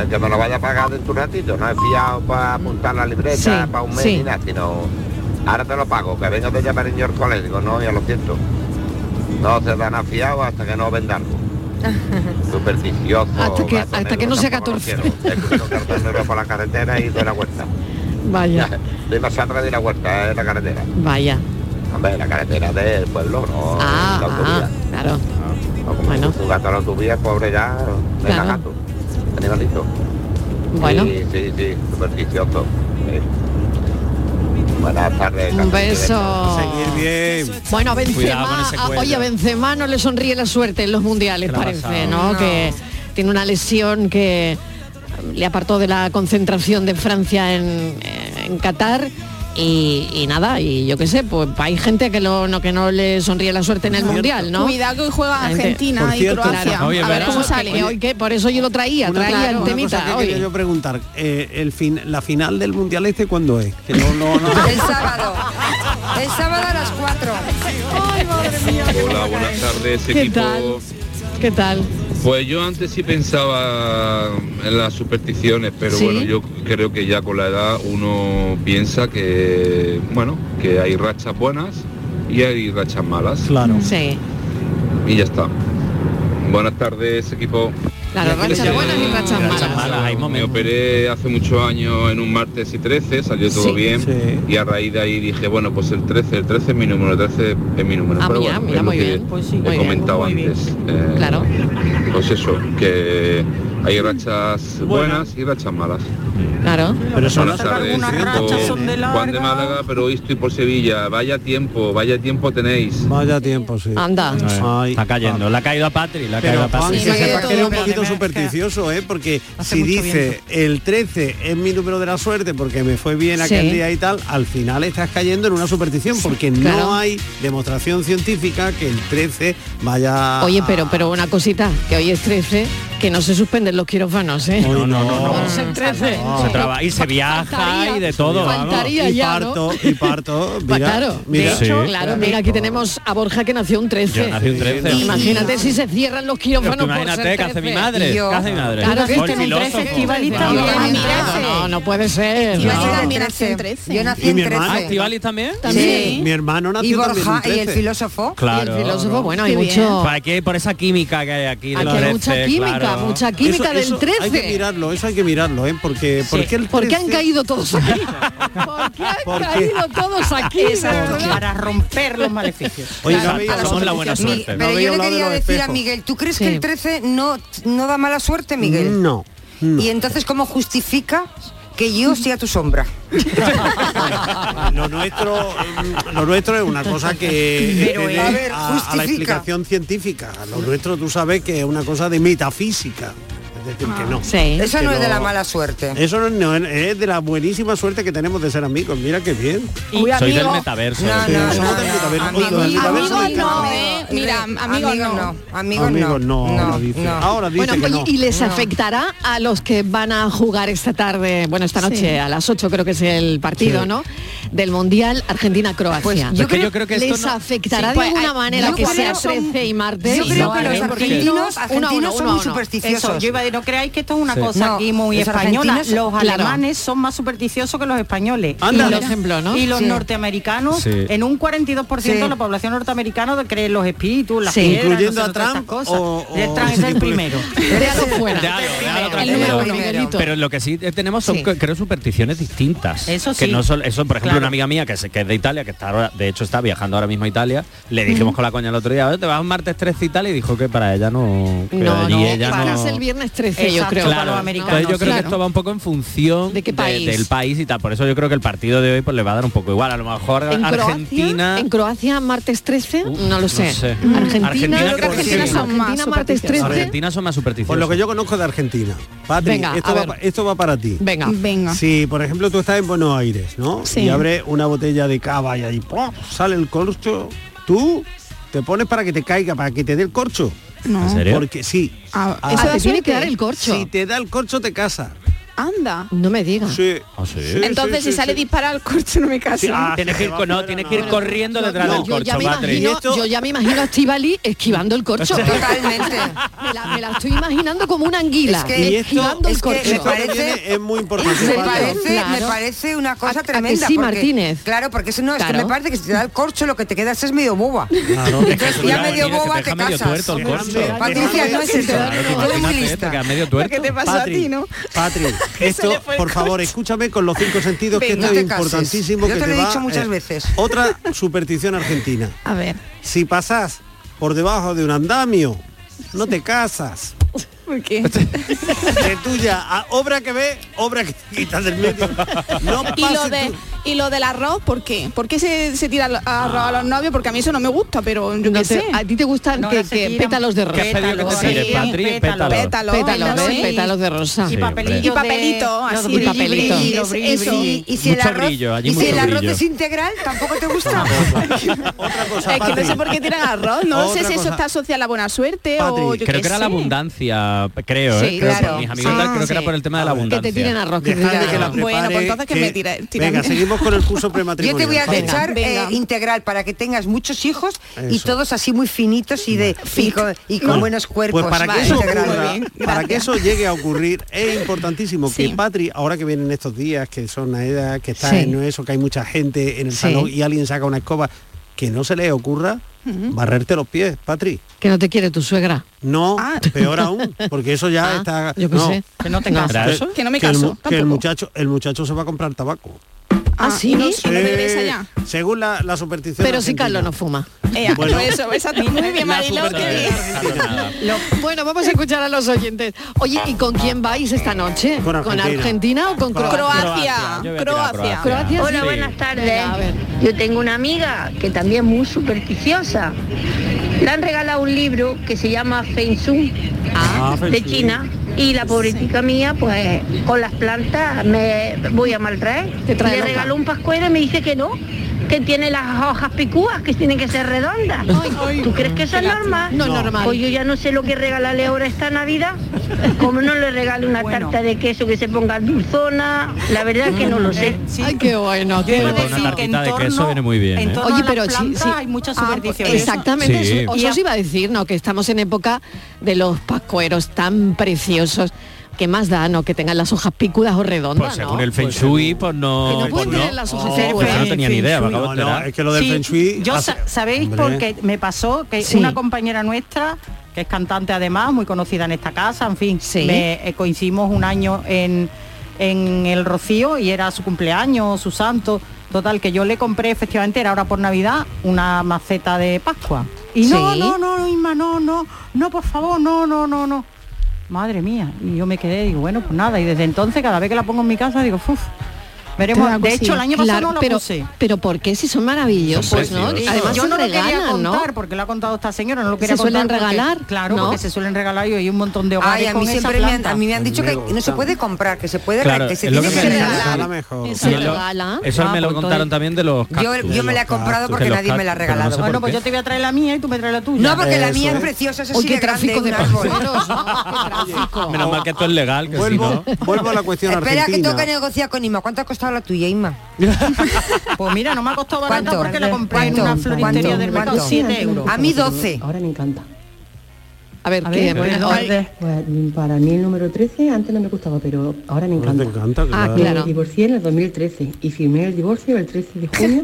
Speaker 14: El que me lo vaya a pagar dentro de un ratito, no es fiado para apuntar la libreta,
Speaker 15: Sí,
Speaker 14: para un mes
Speaker 15: sí.
Speaker 14: ni nada, sino ahora te lo pago, que venga de llamar en York digo, no, ya lo siento. No se dan a fiado hasta que no venda algo. Supersticioso.
Speaker 3: Hasta que, hasta que no sea
Speaker 14: Lo
Speaker 3: 14.
Speaker 14: quiero. Escucho un cartón negro por la carretera y de la huerta.
Speaker 3: Vaya,
Speaker 14: De más atrás de la huerta, es la carretera.
Speaker 3: vaya.
Speaker 14: Hombre, la carretera del pueblo, no.
Speaker 3: Ah,
Speaker 14: la autovía.
Speaker 3: ah, claro.
Speaker 14: No, como bueno. tu gato lo tuviera, pobre ya, era
Speaker 3: Claro.
Speaker 14: gato, animalito.
Speaker 3: Bueno.
Speaker 14: Sí, sí, sí, supersticioso. sí. Buenas tardes.
Speaker 3: Un
Speaker 14: Café
Speaker 3: beso.
Speaker 5: Seguir bien.
Speaker 3: Bueno, a
Speaker 14: Cuidado con
Speaker 3: Benzema,
Speaker 14: ese
Speaker 3: a-
Speaker 14: cuello.
Speaker 3: oye, a Benzema no le sonríe la suerte en los mundiales,
Speaker 14: ¿Qué le ha
Speaker 3: parece,
Speaker 14: pasado?
Speaker 3: ¿no?
Speaker 14: No.
Speaker 3: Que tiene una lesión que le apartó de la concentración de Francia en, en Qatar. Y, y nada, y yo qué sé, pues hay gente que, lo- no, que no le sonríe la suerte en el Mundial, ¿no?
Speaker 8: Cuidado que hoy juega
Speaker 3: La gente-
Speaker 8: Argentina
Speaker 5: Por
Speaker 8: y
Speaker 5: cierto,
Speaker 8: Croacia.
Speaker 5: Oye,
Speaker 8: a ver
Speaker 5: verás,
Speaker 8: cómo
Speaker 5: que-
Speaker 8: sale.
Speaker 5: oye,
Speaker 3: Hoy que por eso yo lo traía,
Speaker 5: Una
Speaker 3: traía
Speaker 5: cosa-
Speaker 3: el
Speaker 5: una
Speaker 3: temita
Speaker 5: cosa que
Speaker 3: hoy.
Speaker 5: quería yo preguntar, eh, el fin, la final del mundial este cuándo es? Que no, no, no.
Speaker 4: El sábado. El sábado a las 4.
Speaker 16: Hola, buenas tardes,
Speaker 3: ¿Qué
Speaker 16: equipo.
Speaker 3: tal? ¿Qué tal?
Speaker 16: Pues yo antes sí pensaba en las supersticiones, pero
Speaker 3: ¿Sí?
Speaker 16: bueno, yo creo que ya con la edad uno piensa que, bueno, que hay rachas buenas y hay rachas malas.
Speaker 5: Claro.
Speaker 3: Sí.
Speaker 16: Y ya está. Buenas tardes, equipo.
Speaker 3: Claro, rachas buenas y rachas malas.
Speaker 16: Me operé hace muchos años en un martes y 13, salió todo
Speaker 3: Sí.
Speaker 16: bien y a raíz de ahí dije, bueno, pues el 13, el 13 es mi número, el 13 es mi número.
Speaker 3: Ah,
Speaker 16: Pero
Speaker 3: mira,
Speaker 16: bueno,
Speaker 3: mira,
Speaker 16: es lo
Speaker 3: muy
Speaker 16: que
Speaker 3: bien, pues sí.
Speaker 16: he
Speaker 3: Muy bien,
Speaker 16: comentado antes. Eh,
Speaker 3: Claro.
Speaker 16: Pues eso, que hay rachas buenas y rachas malas.
Speaker 3: Claro.
Speaker 5: Pero son
Speaker 16: Buenas
Speaker 5: las-
Speaker 16: tardes,
Speaker 5: algunas
Speaker 16: equipo.
Speaker 5: rachas son de
Speaker 16: Juan de Málaga, pero hoy estoy por Sevilla. Vaya tiempo, vaya tiempo tenéis.
Speaker 5: Vaya tiempo, sí.
Speaker 3: Anda.
Speaker 6: Está cayendo, la ha caído a Patri, la ha caído
Speaker 5: Pero
Speaker 6: a
Speaker 5: Juan,
Speaker 6: Patri.
Speaker 5: que sepas que era un poquito supersticioso, ¿eh? Porque si
Speaker 6: mucho
Speaker 5: dice el 13 es mi número de la suerte porque me fue bien aquel
Speaker 6: Sí.
Speaker 5: día y tal, al final estás cayendo en una superstición porque
Speaker 3: claro.
Speaker 5: no hay demostración científica que el 13 vaya...
Speaker 3: Ah. Oye, pero pero una cosita, que hoy es 13, que no se suspenden los quirófanos, ¿eh?
Speaker 6: No, no, no, no.
Speaker 3: Es el 13.
Speaker 6: Se traba- y se viaja y de todo. vamos.
Speaker 3: Faltaría
Speaker 5: y
Speaker 3: ya, ¿no?
Speaker 5: parto, y parto.
Speaker 3: Pa-
Speaker 5: Mira,
Speaker 3: Pues claro,
Speaker 5: mira.
Speaker 3: de hecho, claro, mira, aquí tenemos a Borja que nació un 13.
Speaker 6: Yo nací un 13.
Speaker 3: Imagínate si se cierran los quirófanos
Speaker 6: Pero tú
Speaker 3: por ser
Speaker 6: imagínate, ¿qué hace
Speaker 3: 13?
Speaker 6: mi madre? ¿Qué hace mi madre?
Speaker 3: Claro,
Speaker 6: Tú naciste en un
Speaker 3: Por
Speaker 6: 13,
Speaker 3: filósofo.
Speaker 6: Estivali,
Speaker 3: No,
Speaker 6: también.
Speaker 3: no,
Speaker 6: Mi
Speaker 3: No, no, no puede ser.
Speaker 4: Estivali
Speaker 3: no.
Speaker 4: también nació en 13. Yo nací en 13.
Speaker 6: Ah, ¿Estivali también?
Speaker 4: Sí.
Speaker 5: Mi hermano
Speaker 4: Y
Speaker 5: nació también
Speaker 4: Borja, y
Speaker 5: un
Speaker 4: el
Speaker 5: 13.
Speaker 4: filósofo.
Speaker 6: Claro.
Speaker 3: Y el filósofo, bueno, hay
Speaker 6: Qué bien.
Speaker 3: mucho-
Speaker 6: Para que por esa química que hay aquí. de
Speaker 3: Aquí hay
Speaker 6: los
Speaker 3: mucha
Speaker 6: 13,
Speaker 3: química,
Speaker 6: claro.
Speaker 3: mucha química del
Speaker 5: eso Hay
Speaker 3: 13.
Speaker 5: que mirarlo, eso hay que mirarlo, ¿eh? Porque, porque el
Speaker 3: ¿Por qué han
Speaker 5: 13
Speaker 3: caído todos aquí? ¿Por
Speaker 5: ¿Por
Speaker 3: qué
Speaker 5: qué?
Speaker 3: han caído todos aquí? de
Speaker 7: Exacto,
Speaker 3: verdad?
Speaker 7: para romper los maleficios.
Speaker 5: Oye,
Speaker 7: Claro,
Speaker 5: no había-
Speaker 7: para
Speaker 5: somos la buena
Speaker 7: superstición.
Speaker 5: suerte.
Speaker 7: Mi-
Speaker 5: No
Speaker 4: Pero
Speaker 5: había
Speaker 4: yo le
Speaker 5: hablado de
Speaker 4: quería
Speaker 5: los
Speaker 4: decir a
Speaker 5: espejos.
Speaker 4: Miguel, ¿tú crees
Speaker 5: Sí.
Speaker 4: que el 13 no, no da mala suerte, Miguel?
Speaker 5: No.
Speaker 4: Y entonces, ¿cómo justifica que yo sea tu sombra?
Speaker 5: lo nuestro mm, lo nuestro es una cosa que
Speaker 4: Pero,
Speaker 5: tiene
Speaker 4: a ver,
Speaker 5: a, a la
Speaker 4: justifica.
Speaker 5: explicación científica lo nuestro tú sabes que es una cosa de metafísica es decir que no
Speaker 4: Eso
Speaker 5: Que
Speaker 4: no es de la mala suerte.
Speaker 5: eso no, no, es de la buenísima suerte que tenemos de ser amigos mira qué bien
Speaker 6: Uy, Soy amigo. del metaverso.
Speaker 5: Sí,
Speaker 6: no,
Speaker 5: somos del metaverso. Oye, lo del metaverso
Speaker 8: Amigos
Speaker 5: me
Speaker 8: no,
Speaker 5: encanta.
Speaker 8: ¿eh? Mira, amigos no.
Speaker 4: Amigos
Speaker 5: Amigos
Speaker 4: no.
Speaker 5: no, ahora dice- ahora dice
Speaker 3: Bueno,
Speaker 5: que
Speaker 3: oye,
Speaker 5: no.
Speaker 3: y les
Speaker 5: No.
Speaker 3: afectará a los que van a jugar esta tarde, bueno, esta noche
Speaker 6: Sí.
Speaker 3: a las 8 creo que es el partido,
Speaker 6: Sí.
Speaker 3: ¿no? Del Mundial Argentina-Croacia.
Speaker 6: Pues yo
Speaker 3: Porque
Speaker 6: creo- esto
Speaker 3: les
Speaker 6: no-
Speaker 3: afectará
Speaker 6: Sí,
Speaker 3: de
Speaker 6: pues,
Speaker 3: alguna
Speaker 6: hay-
Speaker 3: manera
Speaker 6: yo
Speaker 3: que sea
Speaker 6: creo-
Speaker 3: 13 y martes.
Speaker 4: Yo creo que los
Speaker 3: porque-
Speaker 4: argentinos-
Speaker 3: Uno a uno,
Speaker 4: argentinos son
Speaker 3: uno a
Speaker 4: muy
Speaker 3: uno.
Speaker 4: supersticiosos.
Speaker 3: Eso, yo iba a ir
Speaker 7: no creáis que esto es una
Speaker 3: Sí.
Speaker 7: cosa
Speaker 3: No,
Speaker 7: aquí muy
Speaker 3: los
Speaker 7: española.
Speaker 3: argentinos-
Speaker 7: Los
Speaker 3: claro.
Speaker 7: alemanes son más supersticiosos que los españoles.
Speaker 3: Anda,
Speaker 7: y
Speaker 3: por
Speaker 7: los,
Speaker 3: ejemplo, ¿no?
Speaker 7: y los
Speaker 3: Sí.
Speaker 7: norteamericanos,
Speaker 3: Sí.
Speaker 7: en un 42% de
Speaker 3: Sí.
Speaker 7: la población norteamericana cree en los espíritus, las
Speaker 3: Sí.
Speaker 7: piedras,
Speaker 3: Incluyendo
Speaker 7: no sé,
Speaker 3: a
Speaker 7: todas
Speaker 3: Trump
Speaker 7: estas cosas.
Speaker 3: o-
Speaker 7: Y el
Speaker 3: o-
Speaker 7: Trump es el primero.
Speaker 3: Déjalo fuera.
Speaker 6: Déjalo, déjalo
Speaker 3: El
Speaker 6: tranquilo.
Speaker 3: número
Speaker 6: Pero-
Speaker 3: Miguelito.
Speaker 6: Pero lo que sí eh, tenemos son,
Speaker 3: Sí.
Speaker 6: cre- creo, supersticiones distintas.
Speaker 3: Eso
Speaker 6: Que
Speaker 3: sí.
Speaker 6: no son, eso, por ejemplo,
Speaker 3: Claro.
Speaker 6: una amiga mía que, se, que es de Italia, que está ahora, de hecho está viajando ahora mismo a Italia, le dijimos con la coña el otro día, "Oye, te vas un martes 13 y tal, y dijo que para ella no... que
Speaker 3: No,
Speaker 6: allí
Speaker 3: no,
Speaker 6: ella
Speaker 3: para
Speaker 6: no-
Speaker 3: el viernes 13, yo
Speaker 6: Exacto,
Speaker 3: creo.
Speaker 6: claro. Entonces yo creo que esto va un poco en función
Speaker 3: ¿De qué
Speaker 6: de-
Speaker 3: país?
Speaker 6: del país y tal. Por eso yo creo que el partido de hoy pues le va a dar un poco igual. A lo mejor
Speaker 3: ¿En
Speaker 6: Argentina...
Speaker 3: Croacia? ¿En Croacia martes 13? no lo sé.
Speaker 6: sé.
Speaker 3: Argentina,
Speaker 6: Argentina
Speaker 3: creo que
Speaker 6: creo que
Speaker 3: Argentina
Speaker 6: sí.
Speaker 3: son más Argentina martes 13.
Speaker 6: Argentina son más supersticiosos.
Speaker 5: Por lo que yo conozco de Argentina. Patri,
Speaker 3: Venga, a
Speaker 5: esto, va,
Speaker 3: ver.
Speaker 5: pa- esto va para ti.
Speaker 3: Venga. Venga.
Speaker 5: Si, por ejemplo, tú estás en Buenos Aires, ¿no?
Speaker 3: Sí.
Speaker 5: Y abres una botella de cava y ahí ¡pum! sale el corcho, tú te pones para que te caiga, para que te dé el corcho.
Speaker 8: No. ¿En
Speaker 6: serio?
Speaker 5: Porque sí.
Speaker 8: Ah,
Speaker 5: Ah,
Speaker 3: eso
Speaker 5: te
Speaker 3: da
Speaker 5: tiene que
Speaker 3: suerte.
Speaker 5: dar el corcho. Si te da el corcho, te casa.
Speaker 8: Anda.
Speaker 3: No me digas.
Speaker 5: Sí.
Speaker 6: Ah,
Speaker 5: Sí,
Speaker 8: Entonces,
Speaker 5: sí, sí,
Speaker 8: si sale
Speaker 5: sí.
Speaker 8: disparado el corcho, no me caso.
Speaker 5: Sí, ah,
Speaker 6: Tienes que ir, con- no, tienes que ir corriendo detrás
Speaker 3: Yo
Speaker 6: del
Speaker 3: ya,
Speaker 6: corcho,
Speaker 3: me
Speaker 6: Patri.
Speaker 3: imagino, yo ya me imagino a Estivali esquivando el corcho.
Speaker 5: Totalmente.
Speaker 3: Me la, me la estoy imaginando como una anguila.
Speaker 4: Es que-
Speaker 5: Y
Speaker 3: esquivando
Speaker 5: esto,
Speaker 3: el corcho.
Speaker 5: esto que viene es muy importante.
Speaker 4: Me
Speaker 5: Paco.
Speaker 4: parece, me
Speaker 3: Claro.
Speaker 4: parece una cosa
Speaker 3: ¿A- a que
Speaker 4: tremenda.
Speaker 3: sí,
Speaker 4: porque-
Speaker 3: Martínez?
Speaker 4: Claro, porque eso no, es que
Speaker 3: Claro.
Speaker 4: me parece que si te da el corcho lo que te quedas es medio boba. Entonces, ya medio boba te casas. Patricia, no es eso. Tú eres muy lista.
Speaker 5: Patri, Patri, esto, por favor, escúchame con los cinco sentidos, que
Speaker 4: Venga.
Speaker 5: esto es
Speaker 4: No te cases.
Speaker 5: importantísimo.
Speaker 4: Yo
Speaker 5: que
Speaker 4: te lo he
Speaker 5: va-
Speaker 4: dicho muchas
Speaker 5: eh,
Speaker 4: veces.
Speaker 5: Otra superstición argentina.
Speaker 8: A ver.
Speaker 5: Si pasas por debajo de un andamio, no te casas.
Speaker 8: ¿Por qué?
Speaker 5: De tuya, a- obra que ve, obra que te quitas del medio. No
Speaker 8: y, lo
Speaker 5: pases
Speaker 8: de, y lo del arroz, ¿por qué? ¿Por qué se, se tira el arroz a los novios? Porque a mí eso no me gusta, pero yo
Speaker 3: No
Speaker 8: qué
Speaker 3: te-
Speaker 8: sé.
Speaker 3: a ti te gustan
Speaker 8: No,
Speaker 3: que,
Speaker 8: ahora se
Speaker 3: que
Speaker 8: tiran
Speaker 3: pétalos de rosa.
Speaker 8: ¿Qué has pedido que te Pétalos, tire, sí, Patri? pétalos. Pétalos,
Speaker 3: pétalos,
Speaker 8: sí.
Speaker 3: pétalos de rosa.
Speaker 8: Y Sí, papelillo hombre.
Speaker 3: Y papelito,
Speaker 8: de-
Speaker 3: así.
Speaker 8: los brilli,
Speaker 4: brilli, los brilli, brilli. Y si el
Speaker 6: Mucho
Speaker 4: arroz-
Speaker 6: brillo, allí
Speaker 4: y si
Speaker 6: mucho
Speaker 4: el arroz
Speaker 6: brillo.
Speaker 4: es integral, tampoco te gusta.
Speaker 8: es que no sé por qué tiran arroz, no sé
Speaker 6: Otra
Speaker 8: si eso
Speaker 6: cosa.
Speaker 8: está asociado a la buena suerte o
Speaker 6: Patri,
Speaker 8: Oh, yo
Speaker 6: creo
Speaker 8: qué
Speaker 6: que era la
Speaker 8: sé.
Speaker 6: abundancia, creo,
Speaker 8: Sí,
Speaker 6: ¿eh? Creo,
Speaker 8: claro.
Speaker 6: por mis amigos
Speaker 8: Ah,
Speaker 6: tal, creo
Speaker 8: sí.
Speaker 6: que era por el tema de la abundancia.
Speaker 5: Dejadme que la
Speaker 8: Bueno, pues
Speaker 5: prepare,
Speaker 8: entonces que me tire-
Speaker 5: Venga,
Speaker 8: tírame.
Speaker 5: seguimos con el curso
Speaker 4: Yo
Speaker 5: prematrimonial.
Speaker 4: te voy a
Speaker 5: Venga.
Speaker 4: echar eh, integral para que tengas muchos hijos y
Speaker 5: Eso.
Speaker 4: todos así muy finitos y de y con, y con
Speaker 5: No.
Speaker 4: buenos cuerpos.
Speaker 5: Pues para que,
Speaker 4: Vale,
Speaker 5: eso
Speaker 4: integral.
Speaker 5: ocurra, para que eso llegue a ocurrir es importantísimo que Patri, ahora que vienen estos días, que son una edad, que está
Speaker 3: Sí.
Speaker 5: en eso, que hay mucha gente en el
Speaker 3: Sí.
Speaker 5: salón y alguien saca una escoba, que no se le ocurra
Speaker 3: Ujú.
Speaker 5: barrerte los pies, Patri.
Speaker 3: Que no te quiere tu suegra.
Speaker 5: No, peor aún, porque eso ya
Speaker 3: Ah,
Speaker 5: está.
Speaker 3: yo qué sé. Que no te casas. ¿Era eso? Que no me
Speaker 5: el mu-
Speaker 3: caso,
Speaker 5: Que, el
Speaker 3: tampoco.
Speaker 5: muchacho, el muchacho se va a comprar tabaco.
Speaker 3: Ah, sí,
Speaker 5: no
Speaker 3: Sí.
Speaker 5: sé. Según la, la superstición.
Speaker 3: Pero si
Speaker 5: argentina.
Speaker 3: Carlos no fuma.
Speaker 5: Eh, Bueno. pues
Speaker 8: eso, ves a ti. Muy bien,
Speaker 5: La
Speaker 8: Mariló, qué bien.
Speaker 5: superstición.
Speaker 3: Lo- bueno, vamos a escuchar a los oyentes. Oye, ¿y con quién vais esta noche? ¿Con Argentina, o con Croacia? Croacia. Croacia,
Speaker 15: Hola,
Speaker 3: sí.
Speaker 15: buenas tardes.
Speaker 3: Venga, a ver.
Speaker 15: Yo tengo una amiga que también es muy supersticiosa. Le han regalado un libro que se llama Feng Shui
Speaker 17: Ah, Feng
Speaker 15: de
Speaker 17: Shui.
Speaker 15: China y la pobretica mía, pues con las plantas me voy a maltraer.
Speaker 3: trae
Speaker 15: Le
Speaker 3: loca.
Speaker 15: regaló un pascuero y me dice que no, que tiene las hojas picúas, que tienen que ser redondas. ¿Tú crees que eso es normal?
Speaker 3: No, No. normal.
Speaker 15: Pues yo ya no sé lo que regalarle ahora esta Navidad. Como no le regale una tarta de queso que se ponga dulzona, la verdad que no lo sé.
Speaker 3: Ay, qué bueno.
Speaker 6: Yo iba a decir que en torno-
Speaker 5: Eh.
Speaker 6: en torno
Speaker 3: Oye,
Speaker 7: a las
Speaker 3: pero sí,
Speaker 7: plantas
Speaker 3: sí.
Speaker 7: hay muchas
Speaker 3: Ah,
Speaker 7: supersticiones.
Speaker 3: exactamente,
Speaker 7: ¿eh? Sí.
Speaker 3: eso- os, os iba a decir, ¿no? Que estamos en época de los pascueros tan preciosos. que más da, no? Que tengan las hojas picudas o redondas,
Speaker 6: Pues
Speaker 3: ¿no?
Speaker 6: según el Feng Shui, pues no...
Speaker 3: Que no pueden
Speaker 6: pues
Speaker 3: tener las hojas
Speaker 6: Pues
Speaker 3: afuera.
Speaker 6: yo no tenía ni idea, me acabo de
Speaker 5: No, no,
Speaker 6: enterar.
Speaker 5: es que lo del
Speaker 7: Sí,
Speaker 5: Feng Shui
Speaker 7: Yo
Speaker 5: hace-
Speaker 7: sa- sabéis
Speaker 5: Hombre.
Speaker 7: porque me pasó que
Speaker 5: Sí.
Speaker 7: una compañera nuestra que es cantante además, muy conocida en esta casa, en fin, me- eh, coincidimos un año en en el Rocío y era su cumpleaños, su santo, total que yo le compré efectivamente era ahora por Navidad una maceta de Pascua. Y no,
Speaker 3: Sí.
Speaker 7: no, no, Inma, no, no, no, por favor, no, no, no, no. Madre mía, y yo me quedé, digo, bueno, pues nada, y desde entonces cada vez que la pongo en mi casa digo, uff, veremos.
Speaker 3: Claro que
Speaker 7: de hecho,
Speaker 3: sí.
Speaker 7: el año pasado
Speaker 3: Claro,
Speaker 7: no la
Speaker 3: pero,
Speaker 7: puse.
Speaker 3: Pero ¿por qué? Si son maravillosos, ¿no?
Speaker 7: Sí,
Speaker 3: Además
Speaker 7: yo
Speaker 3: se
Speaker 7: no lo quería
Speaker 3: regalan, ¿no?
Speaker 7: contar porque lo ha contado esta señora, no lo quería
Speaker 3: ¿Se suelen
Speaker 7: contar porque-
Speaker 3: regalar?
Speaker 7: claro,
Speaker 3: ¿No?
Speaker 7: porque se suelen regalar y hay un montón de hogares
Speaker 4: Ay, a mí
Speaker 7: con esa
Speaker 4: siempre me han,
Speaker 7: planta.
Speaker 4: a mí me han dicho que no se puede comprar, que se puede re-
Speaker 6: Claro,
Speaker 4: que se
Speaker 6: es lo
Speaker 4: tiene
Speaker 6: que
Speaker 4: que
Speaker 6: me-
Speaker 4: regalar.
Speaker 6: regala mejor. Se Yo lo- regala. eso me lo
Speaker 4: pues
Speaker 6: contaron
Speaker 4: entonces-
Speaker 6: también de los
Speaker 4: Yo-
Speaker 6: cactus.
Speaker 4: Yo, me la he
Speaker 6: De los
Speaker 4: comprado
Speaker 6: cactus.
Speaker 4: porque
Speaker 6: De los
Speaker 4: nadie me la ha
Speaker 6: cactus, pero no
Speaker 4: regalado.
Speaker 6: sé por
Speaker 7: Bueno, pues
Speaker 6: qué.
Speaker 7: yo te voy a traer la mía y tú me traes la tuya.
Speaker 4: No, porque la Eso mía es es. preciosa, es Uy, así qué de grande, tráfico un de árbol. pasajeros,
Speaker 6: Menos mal que esto es legal, que si no...
Speaker 5: Vuelvo a la cuestión
Speaker 4: Espera, que
Speaker 5: argentina.
Speaker 4: tengo que negociar con Inma. ¿Cuánto ha costado la tuya, Inma?
Speaker 7: pues mira, no me ha costado barata
Speaker 4: ¿Cuánto?
Speaker 7: porque la compré en
Speaker 4: ¿Cuánto?
Speaker 7: una floristería del mercado.
Speaker 4: ¿Cuánto?
Speaker 7: 7 euros.
Speaker 4: A mí 12.
Speaker 15: Ahora me encanta.
Speaker 3: A ver, ¿qué? Bueno, ay.
Speaker 7: Pues, mm, para mí el número 13 antes no me gustaba, pero ahora me
Speaker 3: Ahora
Speaker 7: encanta.
Speaker 3: te encanta, Ah, claro. claro.
Speaker 7: Me divorcié en el 2013 y firmé el divorcio el 13 de junio,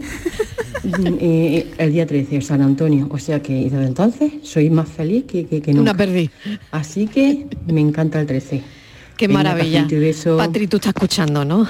Speaker 7: mm, eh, el día 13, en San Antonio. O sea que desde entonces soy más feliz que, que, que nunca.
Speaker 3: Una perdí.
Speaker 7: Así que me encanta el 13.
Speaker 3: Qué
Speaker 7: Venga,
Speaker 3: maravilla.
Speaker 7: Paquito, y beso.
Speaker 3: Patri, tú estás escuchando, ¿no?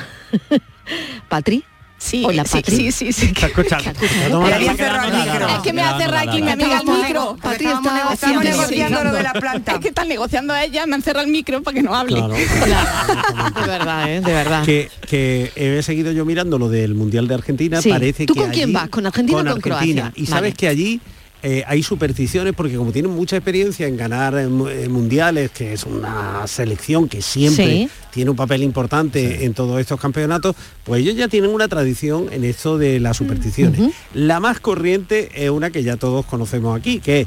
Speaker 3: Patri.
Speaker 8: Sí,
Speaker 3: Hola,
Speaker 8: sí,
Speaker 3: Patri.
Speaker 8: sí, sí, sí.
Speaker 3: Está
Speaker 18: escuchando.
Speaker 8: Es que me ha cerrado aquí mi amiga el micro.
Speaker 3: Patri
Speaker 8: Estamos
Speaker 3: está
Speaker 8: nego-
Speaker 3: haciendo-
Speaker 8: estamos negociando
Speaker 3: negociando.
Speaker 8: lo de la planta. Es que están negociando a ella, me han cerrado el micro para que no hable.
Speaker 3: De verdad, ¿eh? De verdad.
Speaker 5: Que, que he seguido yo mirando lo del Mundial de Argentina,
Speaker 3: Sí.
Speaker 5: parece
Speaker 3: ¿Tú
Speaker 5: que
Speaker 3: con quién
Speaker 5: allí-
Speaker 3: vas? ¿Con Argentina o con Croacia?
Speaker 5: Y sabes
Speaker 3: Vale.
Speaker 5: que allí eh, hay supersticiones porque como tienen mucha experiencia en ganar eh, mu- eh, mundiales, que es una selección que siempre
Speaker 3: Sí.
Speaker 5: tiene un papel importante en todos estos campeonatos, pues ellos ya tienen una tradición en esto de las supersticiones. La más corriente es una que ya todos conocemos aquí, que es,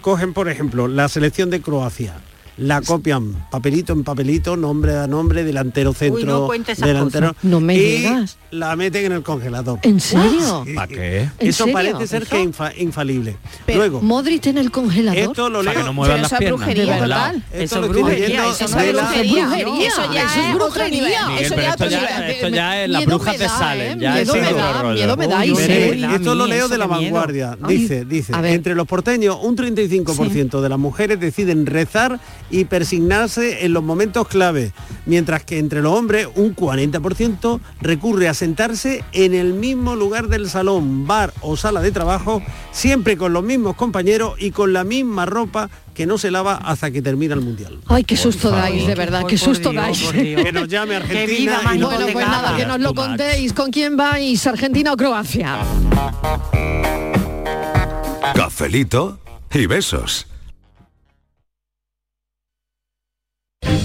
Speaker 5: cogen por ejemplo la selección de Croacia. La copian papelito en papelito, nombre a nombre, delantero centro,
Speaker 3: no cuentes esas
Speaker 5: delantero.
Speaker 3: cosas. No me
Speaker 5: y
Speaker 3: digas.
Speaker 5: La meten en el congelador.
Speaker 3: ¿En serio?
Speaker 5: Sí.
Speaker 3: ¿Pa
Speaker 18: qué?
Speaker 3: ¿En
Speaker 5: Eso
Speaker 3: serio?
Speaker 5: parece ser que es infa- infalible.
Speaker 3: Pero,
Speaker 5: Luego,
Speaker 3: Modric en el congelador.
Speaker 5: esto lo leo.
Speaker 3: Pero eso es brujería total.
Speaker 5: Esto lo estoy leyendo de la-
Speaker 8: Eso ya es brujería.
Speaker 18: Miguel,
Speaker 8: Eso
Speaker 18: pero
Speaker 8: ya
Speaker 18: esto
Speaker 8: otro
Speaker 18: ya,
Speaker 8: nivel.
Speaker 18: esto ya es las
Speaker 8: Miedo
Speaker 18: brujas
Speaker 8: me
Speaker 18: te
Speaker 8: da,
Speaker 18: salen.
Speaker 8: ¿eh?
Speaker 18: ya
Speaker 8: Miedo
Speaker 18: es
Speaker 8: me
Speaker 18: otro
Speaker 8: da,
Speaker 18: rollo.
Speaker 8: miedo me da,
Speaker 18: Uy,
Speaker 8: y
Speaker 18: pero-
Speaker 8: se-
Speaker 5: Eh, esto lo leo de la vanguardia. Dice, dice, entre los porteños un 35% de las mujeres deciden rezar y persignarse en los momentos clave, mientras que entre los hombres un 40% recurre a sentarse en el mismo lugar del salón, bar o sala de trabajo, siempre con los mismos compañeros y con la misma ropa que no se lava hasta que termina el mundial.
Speaker 3: Ay, qué susto dais, de verdad, qué susto dais.
Speaker 5: Que nos llame Argentina. y
Speaker 3: bueno,
Speaker 5: nos conte
Speaker 3: pues
Speaker 5: cada-
Speaker 3: nada, que nos lo contéis. ¿Con quién vais? ¿Argentina o Croacia?
Speaker 19: Cafelito y besos.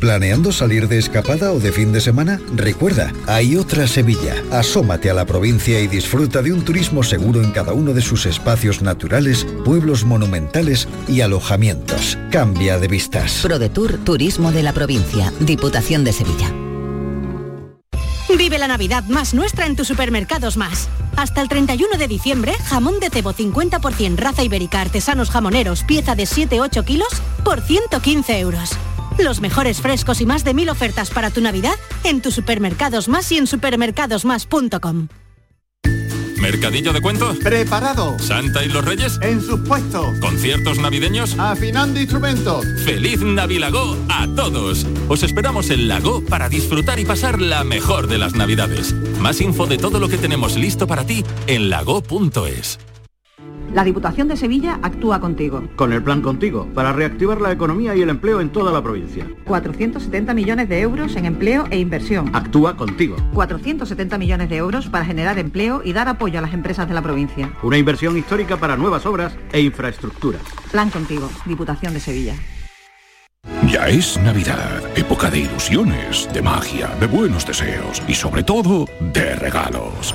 Speaker 20: ¿Planeando salir de escapada o de fin de semana? Recuerda, hay otra Sevilla. Asómate a la provincia y disfruta de un turismo seguro en cada uno de sus espacios naturales, pueblos monumentales y alojamientos. Cambia de vistas.
Speaker 21: ProDetour Turismo de la Provincia, Diputación de Sevilla.
Speaker 15: Vive la Navidad más nuestra en tus supermercados más. Hasta el 31 de diciembre, jamón de cebo 50% raza ibérica artesanos jamoneros, pieza de 7-8 kilos, por 115 euros. Los mejores frescos y más de mil ofertas para tu Navidad en tus supermercados más y en supermercadosmás.com.
Speaker 22: ¿Mercadillo de cuentos? Preparado. ¿Santa y los Reyes? En sus puestos. ¿Conciertos navideños? Afinando instrumentos. ¡Feliz Navilago a todos! Os esperamos en Lago para disfrutar y pasar la mejor de las navidades. Más info de todo lo que tenemos listo para ti en lago.es.
Speaker 4: La Diputación de Sevilla actúa contigo.
Speaker 6: Con el plan contigo, para reactivar la economía y el empleo en toda la provincia.
Speaker 4: 470 millones de euros en empleo e inversión.
Speaker 6: Actúa contigo.
Speaker 4: 470 millones de euros para generar empleo y dar apoyo a las empresas de la provincia.
Speaker 6: Una inversión histórica para nuevas obras e infraestructuras.
Speaker 4: Plan contigo, Diputación de Sevilla.
Speaker 23: Ya es Navidad, época de ilusiones, de magia, de buenos deseos y sobre todo de regalos.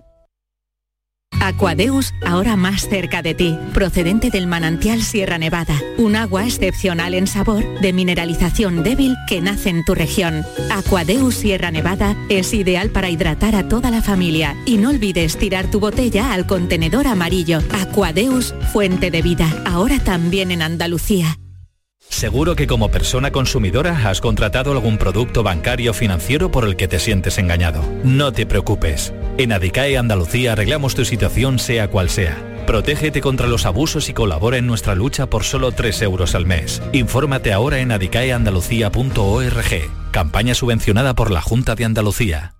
Speaker 24: Aquadeus, ahora más cerca de ti, procedente del manantial Sierra Nevada, un agua excepcional en sabor, de mineralización débil que nace en tu región. Aquadeus Sierra Nevada es ideal para hidratar a toda la familia y no olvides tirar tu botella al contenedor amarillo. Aquadeus, fuente de vida, ahora también en Andalucía.
Speaker 25: Seguro que como persona consumidora has contratado algún producto bancario o financiero por el que te sientes engañado. No te preocupes. En Adicae Andalucía arreglamos tu situación sea cual sea. Protégete contra los abusos y colabora en nuestra lucha por solo 3 euros al mes. Infórmate ahora en adicaeandalucía.org. Campaña subvencionada por la Junta de Andalucía.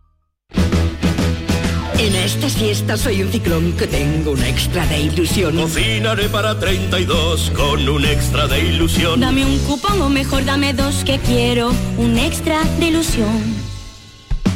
Speaker 26: En esta fiesta soy un ciclón que tengo una extra de ilusión.
Speaker 12: Cocinaré para 32 con un extra de ilusión.
Speaker 27: Dame un cupón o mejor dame dos que quiero un extra de ilusión.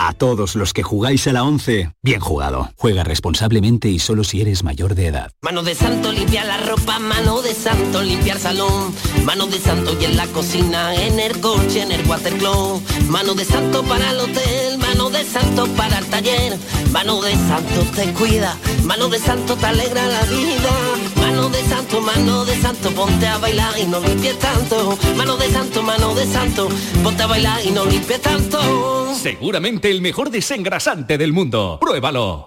Speaker 25: A todos los que jugáis a la 11, bien jugado. Juega responsablemente y solo si eres mayor de edad.
Speaker 28: Mano de santo limpia la ropa, mano de santo limpia el salón, mano de santo y en la cocina, en el coche, en el watercloak, mano de santo para el hotel, mano de santo para el taller, mano de santo te cuida, mano de santo te alegra la vida, mano de santo, mano de santo, ponte a bailar y no limpies tanto, mano de santo, mano de santo, ponte a bailar y no limpies tanto.
Speaker 29: Seguramente el mejor desengrasante del mundo. Pruébalo.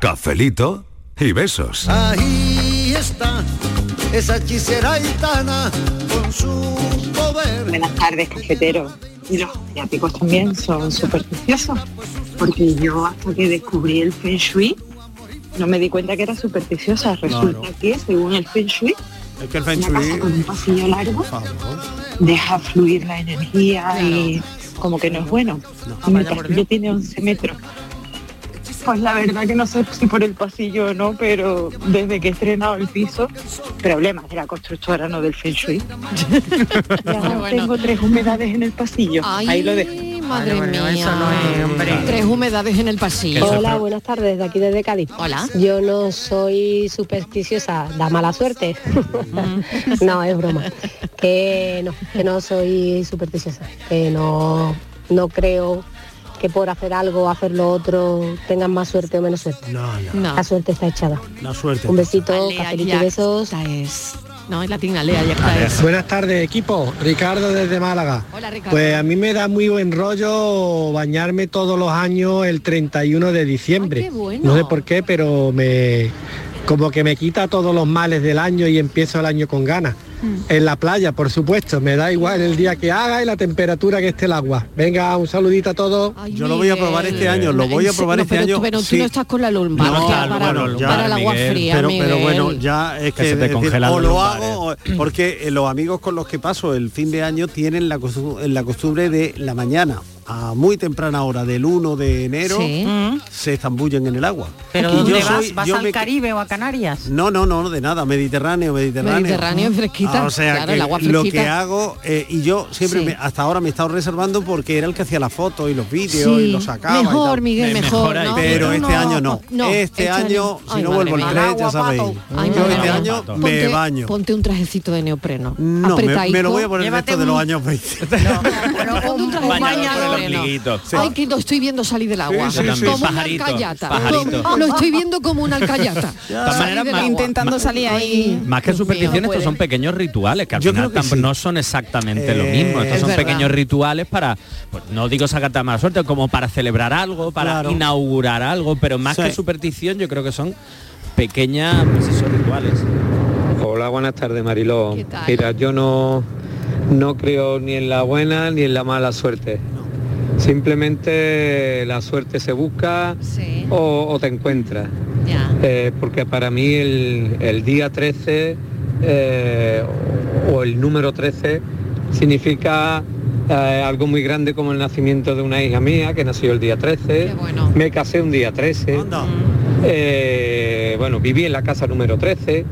Speaker 30: Cafelito y besos.
Speaker 12: Ahí está, esa hechicera gitana con su poder.
Speaker 4: Buenas tardes, cafetero. Y los asiáticos también son supersticiosos, porque yo hasta que descubrí el Feng Shui, no me di cuenta que era supersticiosa. Resulta
Speaker 5: Claro.
Speaker 4: que, según el Feng Shui,
Speaker 5: Es que el Feng
Speaker 4: una casa con un
Speaker 5: Shui...
Speaker 4: pasillo largo deja fluir la energía y como que no es bueno. Y mi pasillo tiene 11 metros. Pues la verdad que no sé si por el pasillo o no, pero desde que he estrenado el piso, problemas de la constructora, no del Feng Shui. Y ahora Tengo tres humedades en el pasillo.
Speaker 31: Ay,
Speaker 4: Ahí lo dejo.
Speaker 31: Madre mía. Tres humedades en el pasillo.
Speaker 15: Hola, buenas tardes, de aquí desde Cádiz. Hola. Yo no soy supersticiosa, da mala suerte. no, es broma. Que no, que no soy supersticiosa, que no, no creo que por hacer algo o hacer lo otro tengan más suerte o menos suerte.
Speaker 31: no.
Speaker 15: La suerte está echada.
Speaker 5: La suerte.
Speaker 15: Un besito,
Speaker 31: Alea
Speaker 15: cafelito y
Speaker 31: Jack
Speaker 15: besos.
Speaker 31: es. No, es latina, Lea, ya está. es.
Speaker 11: Buenas tardes equipo, Ricardo desde Málaga.
Speaker 31: Hola, Ricardo.
Speaker 11: Pues a mí me da muy buen rollo bañarme todos los años el 31 de diciembre. No sé por qué, pero me como que me quita todos los males del año y empiezo el año con ganas.
Speaker 31: Mm.
Speaker 11: En la playa, por supuesto, Pues me da igual el día que haga y la temperatura que esté el agua. Venga, un saludito a todos.
Speaker 5: Yo lo voy a probar este año, lo voy a
Speaker 31: En
Speaker 5: probar
Speaker 31: serio,
Speaker 5: este
Speaker 31: pero tú-
Speaker 5: año.
Speaker 31: pero tú
Speaker 5: sí.
Speaker 31: no estás con la lumbar,
Speaker 5: No,
Speaker 31: para- para- para el agua fría,
Speaker 5: Pero, pero
Speaker 31: Miguel.
Speaker 5: bueno, ya es
Speaker 6: Que se
Speaker 5: que,
Speaker 6: te
Speaker 5: es decir,
Speaker 6: congelan
Speaker 5: o
Speaker 6: los
Speaker 5: lo
Speaker 6: lumbares.
Speaker 5: hago, o- porque eh, los amigos con los que paso el fin de año tienen la, costu- la costumbre de la mañana a muy temprana hora del 1 de enero
Speaker 7: Sí. Mm.
Speaker 5: se zambullen en el agua.
Speaker 7: Pero
Speaker 5: Y
Speaker 7: ¿dónde
Speaker 5: yo
Speaker 7: vas?
Speaker 5: soy-
Speaker 7: ¿Vas
Speaker 5: yo
Speaker 7: al
Speaker 5: me-
Speaker 7: Caribe o a Canarias?
Speaker 5: No, no, no, de nada, Mediterráneo, Mediterráneo.
Speaker 7: Mediterráneo, fresquita,
Speaker 5: Ah, o sea,
Speaker 7: claro,
Speaker 5: que
Speaker 7: el agua
Speaker 5: lo que
Speaker 7: fresquita.
Speaker 5: hago, eh, y yo siempre,
Speaker 31: Sí.
Speaker 5: me- hasta ahora me he estado reservando porque era el que hacía las fotos y los vídeos
Speaker 31: Sí.
Speaker 5: y los sacaba. y
Speaker 31: Mejor,
Speaker 5: tal.
Speaker 31: Miguel, Me- mejor, mejor ahí, ¿no?
Speaker 5: Pero
Speaker 31: pero
Speaker 5: este
Speaker 31: no,
Speaker 5: año no.
Speaker 31: no,
Speaker 5: este
Speaker 31: échale.
Speaker 5: año, si
Speaker 31: Ay,
Speaker 5: no
Speaker 31: madre
Speaker 5: vuelvo al
Speaker 31: mía.
Speaker 5: tren,
Speaker 31: Al
Speaker 5: ya
Speaker 31: agua,
Speaker 5: sabéis.
Speaker 31: pato. Ay,
Speaker 5: yo
Speaker 31: madre
Speaker 5: este
Speaker 31: mía.
Speaker 5: año
Speaker 31: Ponte-
Speaker 5: me baño.
Speaker 31: Ponte un trajecito de neopreno.
Speaker 5: No, me,
Speaker 31: Apretadico.
Speaker 5: me lo voy a poner esto de los años 20.
Speaker 31: Ponte un traje
Speaker 5: Bañado
Speaker 31: de
Speaker 5: por el
Speaker 31: neopreno.
Speaker 5: ombliguito. Sí.
Speaker 31: Ay, que lo estoy viendo salir del agua.
Speaker 5: Sí, sí, sí.
Speaker 31: Como una
Speaker 5: Pajarito,
Speaker 31: alcayata.
Speaker 6: pajarito.
Speaker 31: Como- Lo estoy viendo como una alcayata.
Speaker 6: De todas maneras, ma-
Speaker 8: Intentando salir ahí.
Speaker 6: Más que supersticiones,
Speaker 8: puede.
Speaker 6: estos son pequeños rituales, que al final tam- no son exactamente lo
Speaker 8: Eh,
Speaker 6: mismo. Estos
Speaker 8: es
Speaker 6: son
Speaker 8: verdad.
Speaker 6: pequeños rituales para, pues, no digo sacarte la mala suerte, como para celebrar algo, para
Speaker 5: Claro.
Speaker 6: inaugurar algo, pero más
Speaker 5: Sí.
Speaker 6: que superstición, yo creo que son pequeñas, pues esos rituales.
Speaker 13: Hola, buenas tardes, Mariló. Mira, yo no, no creo ni en la buena ni en la mala suerte. Simplemente la suerte se busca o, o te encuentra. Eh, porque para mí el, el día 13 eh, o o el número 13 significa eh, algo muy grande como el nacimiento de una hija mía que nació el día 13. Me casé un día 13. Eh, bueno, viví en la casa número 13.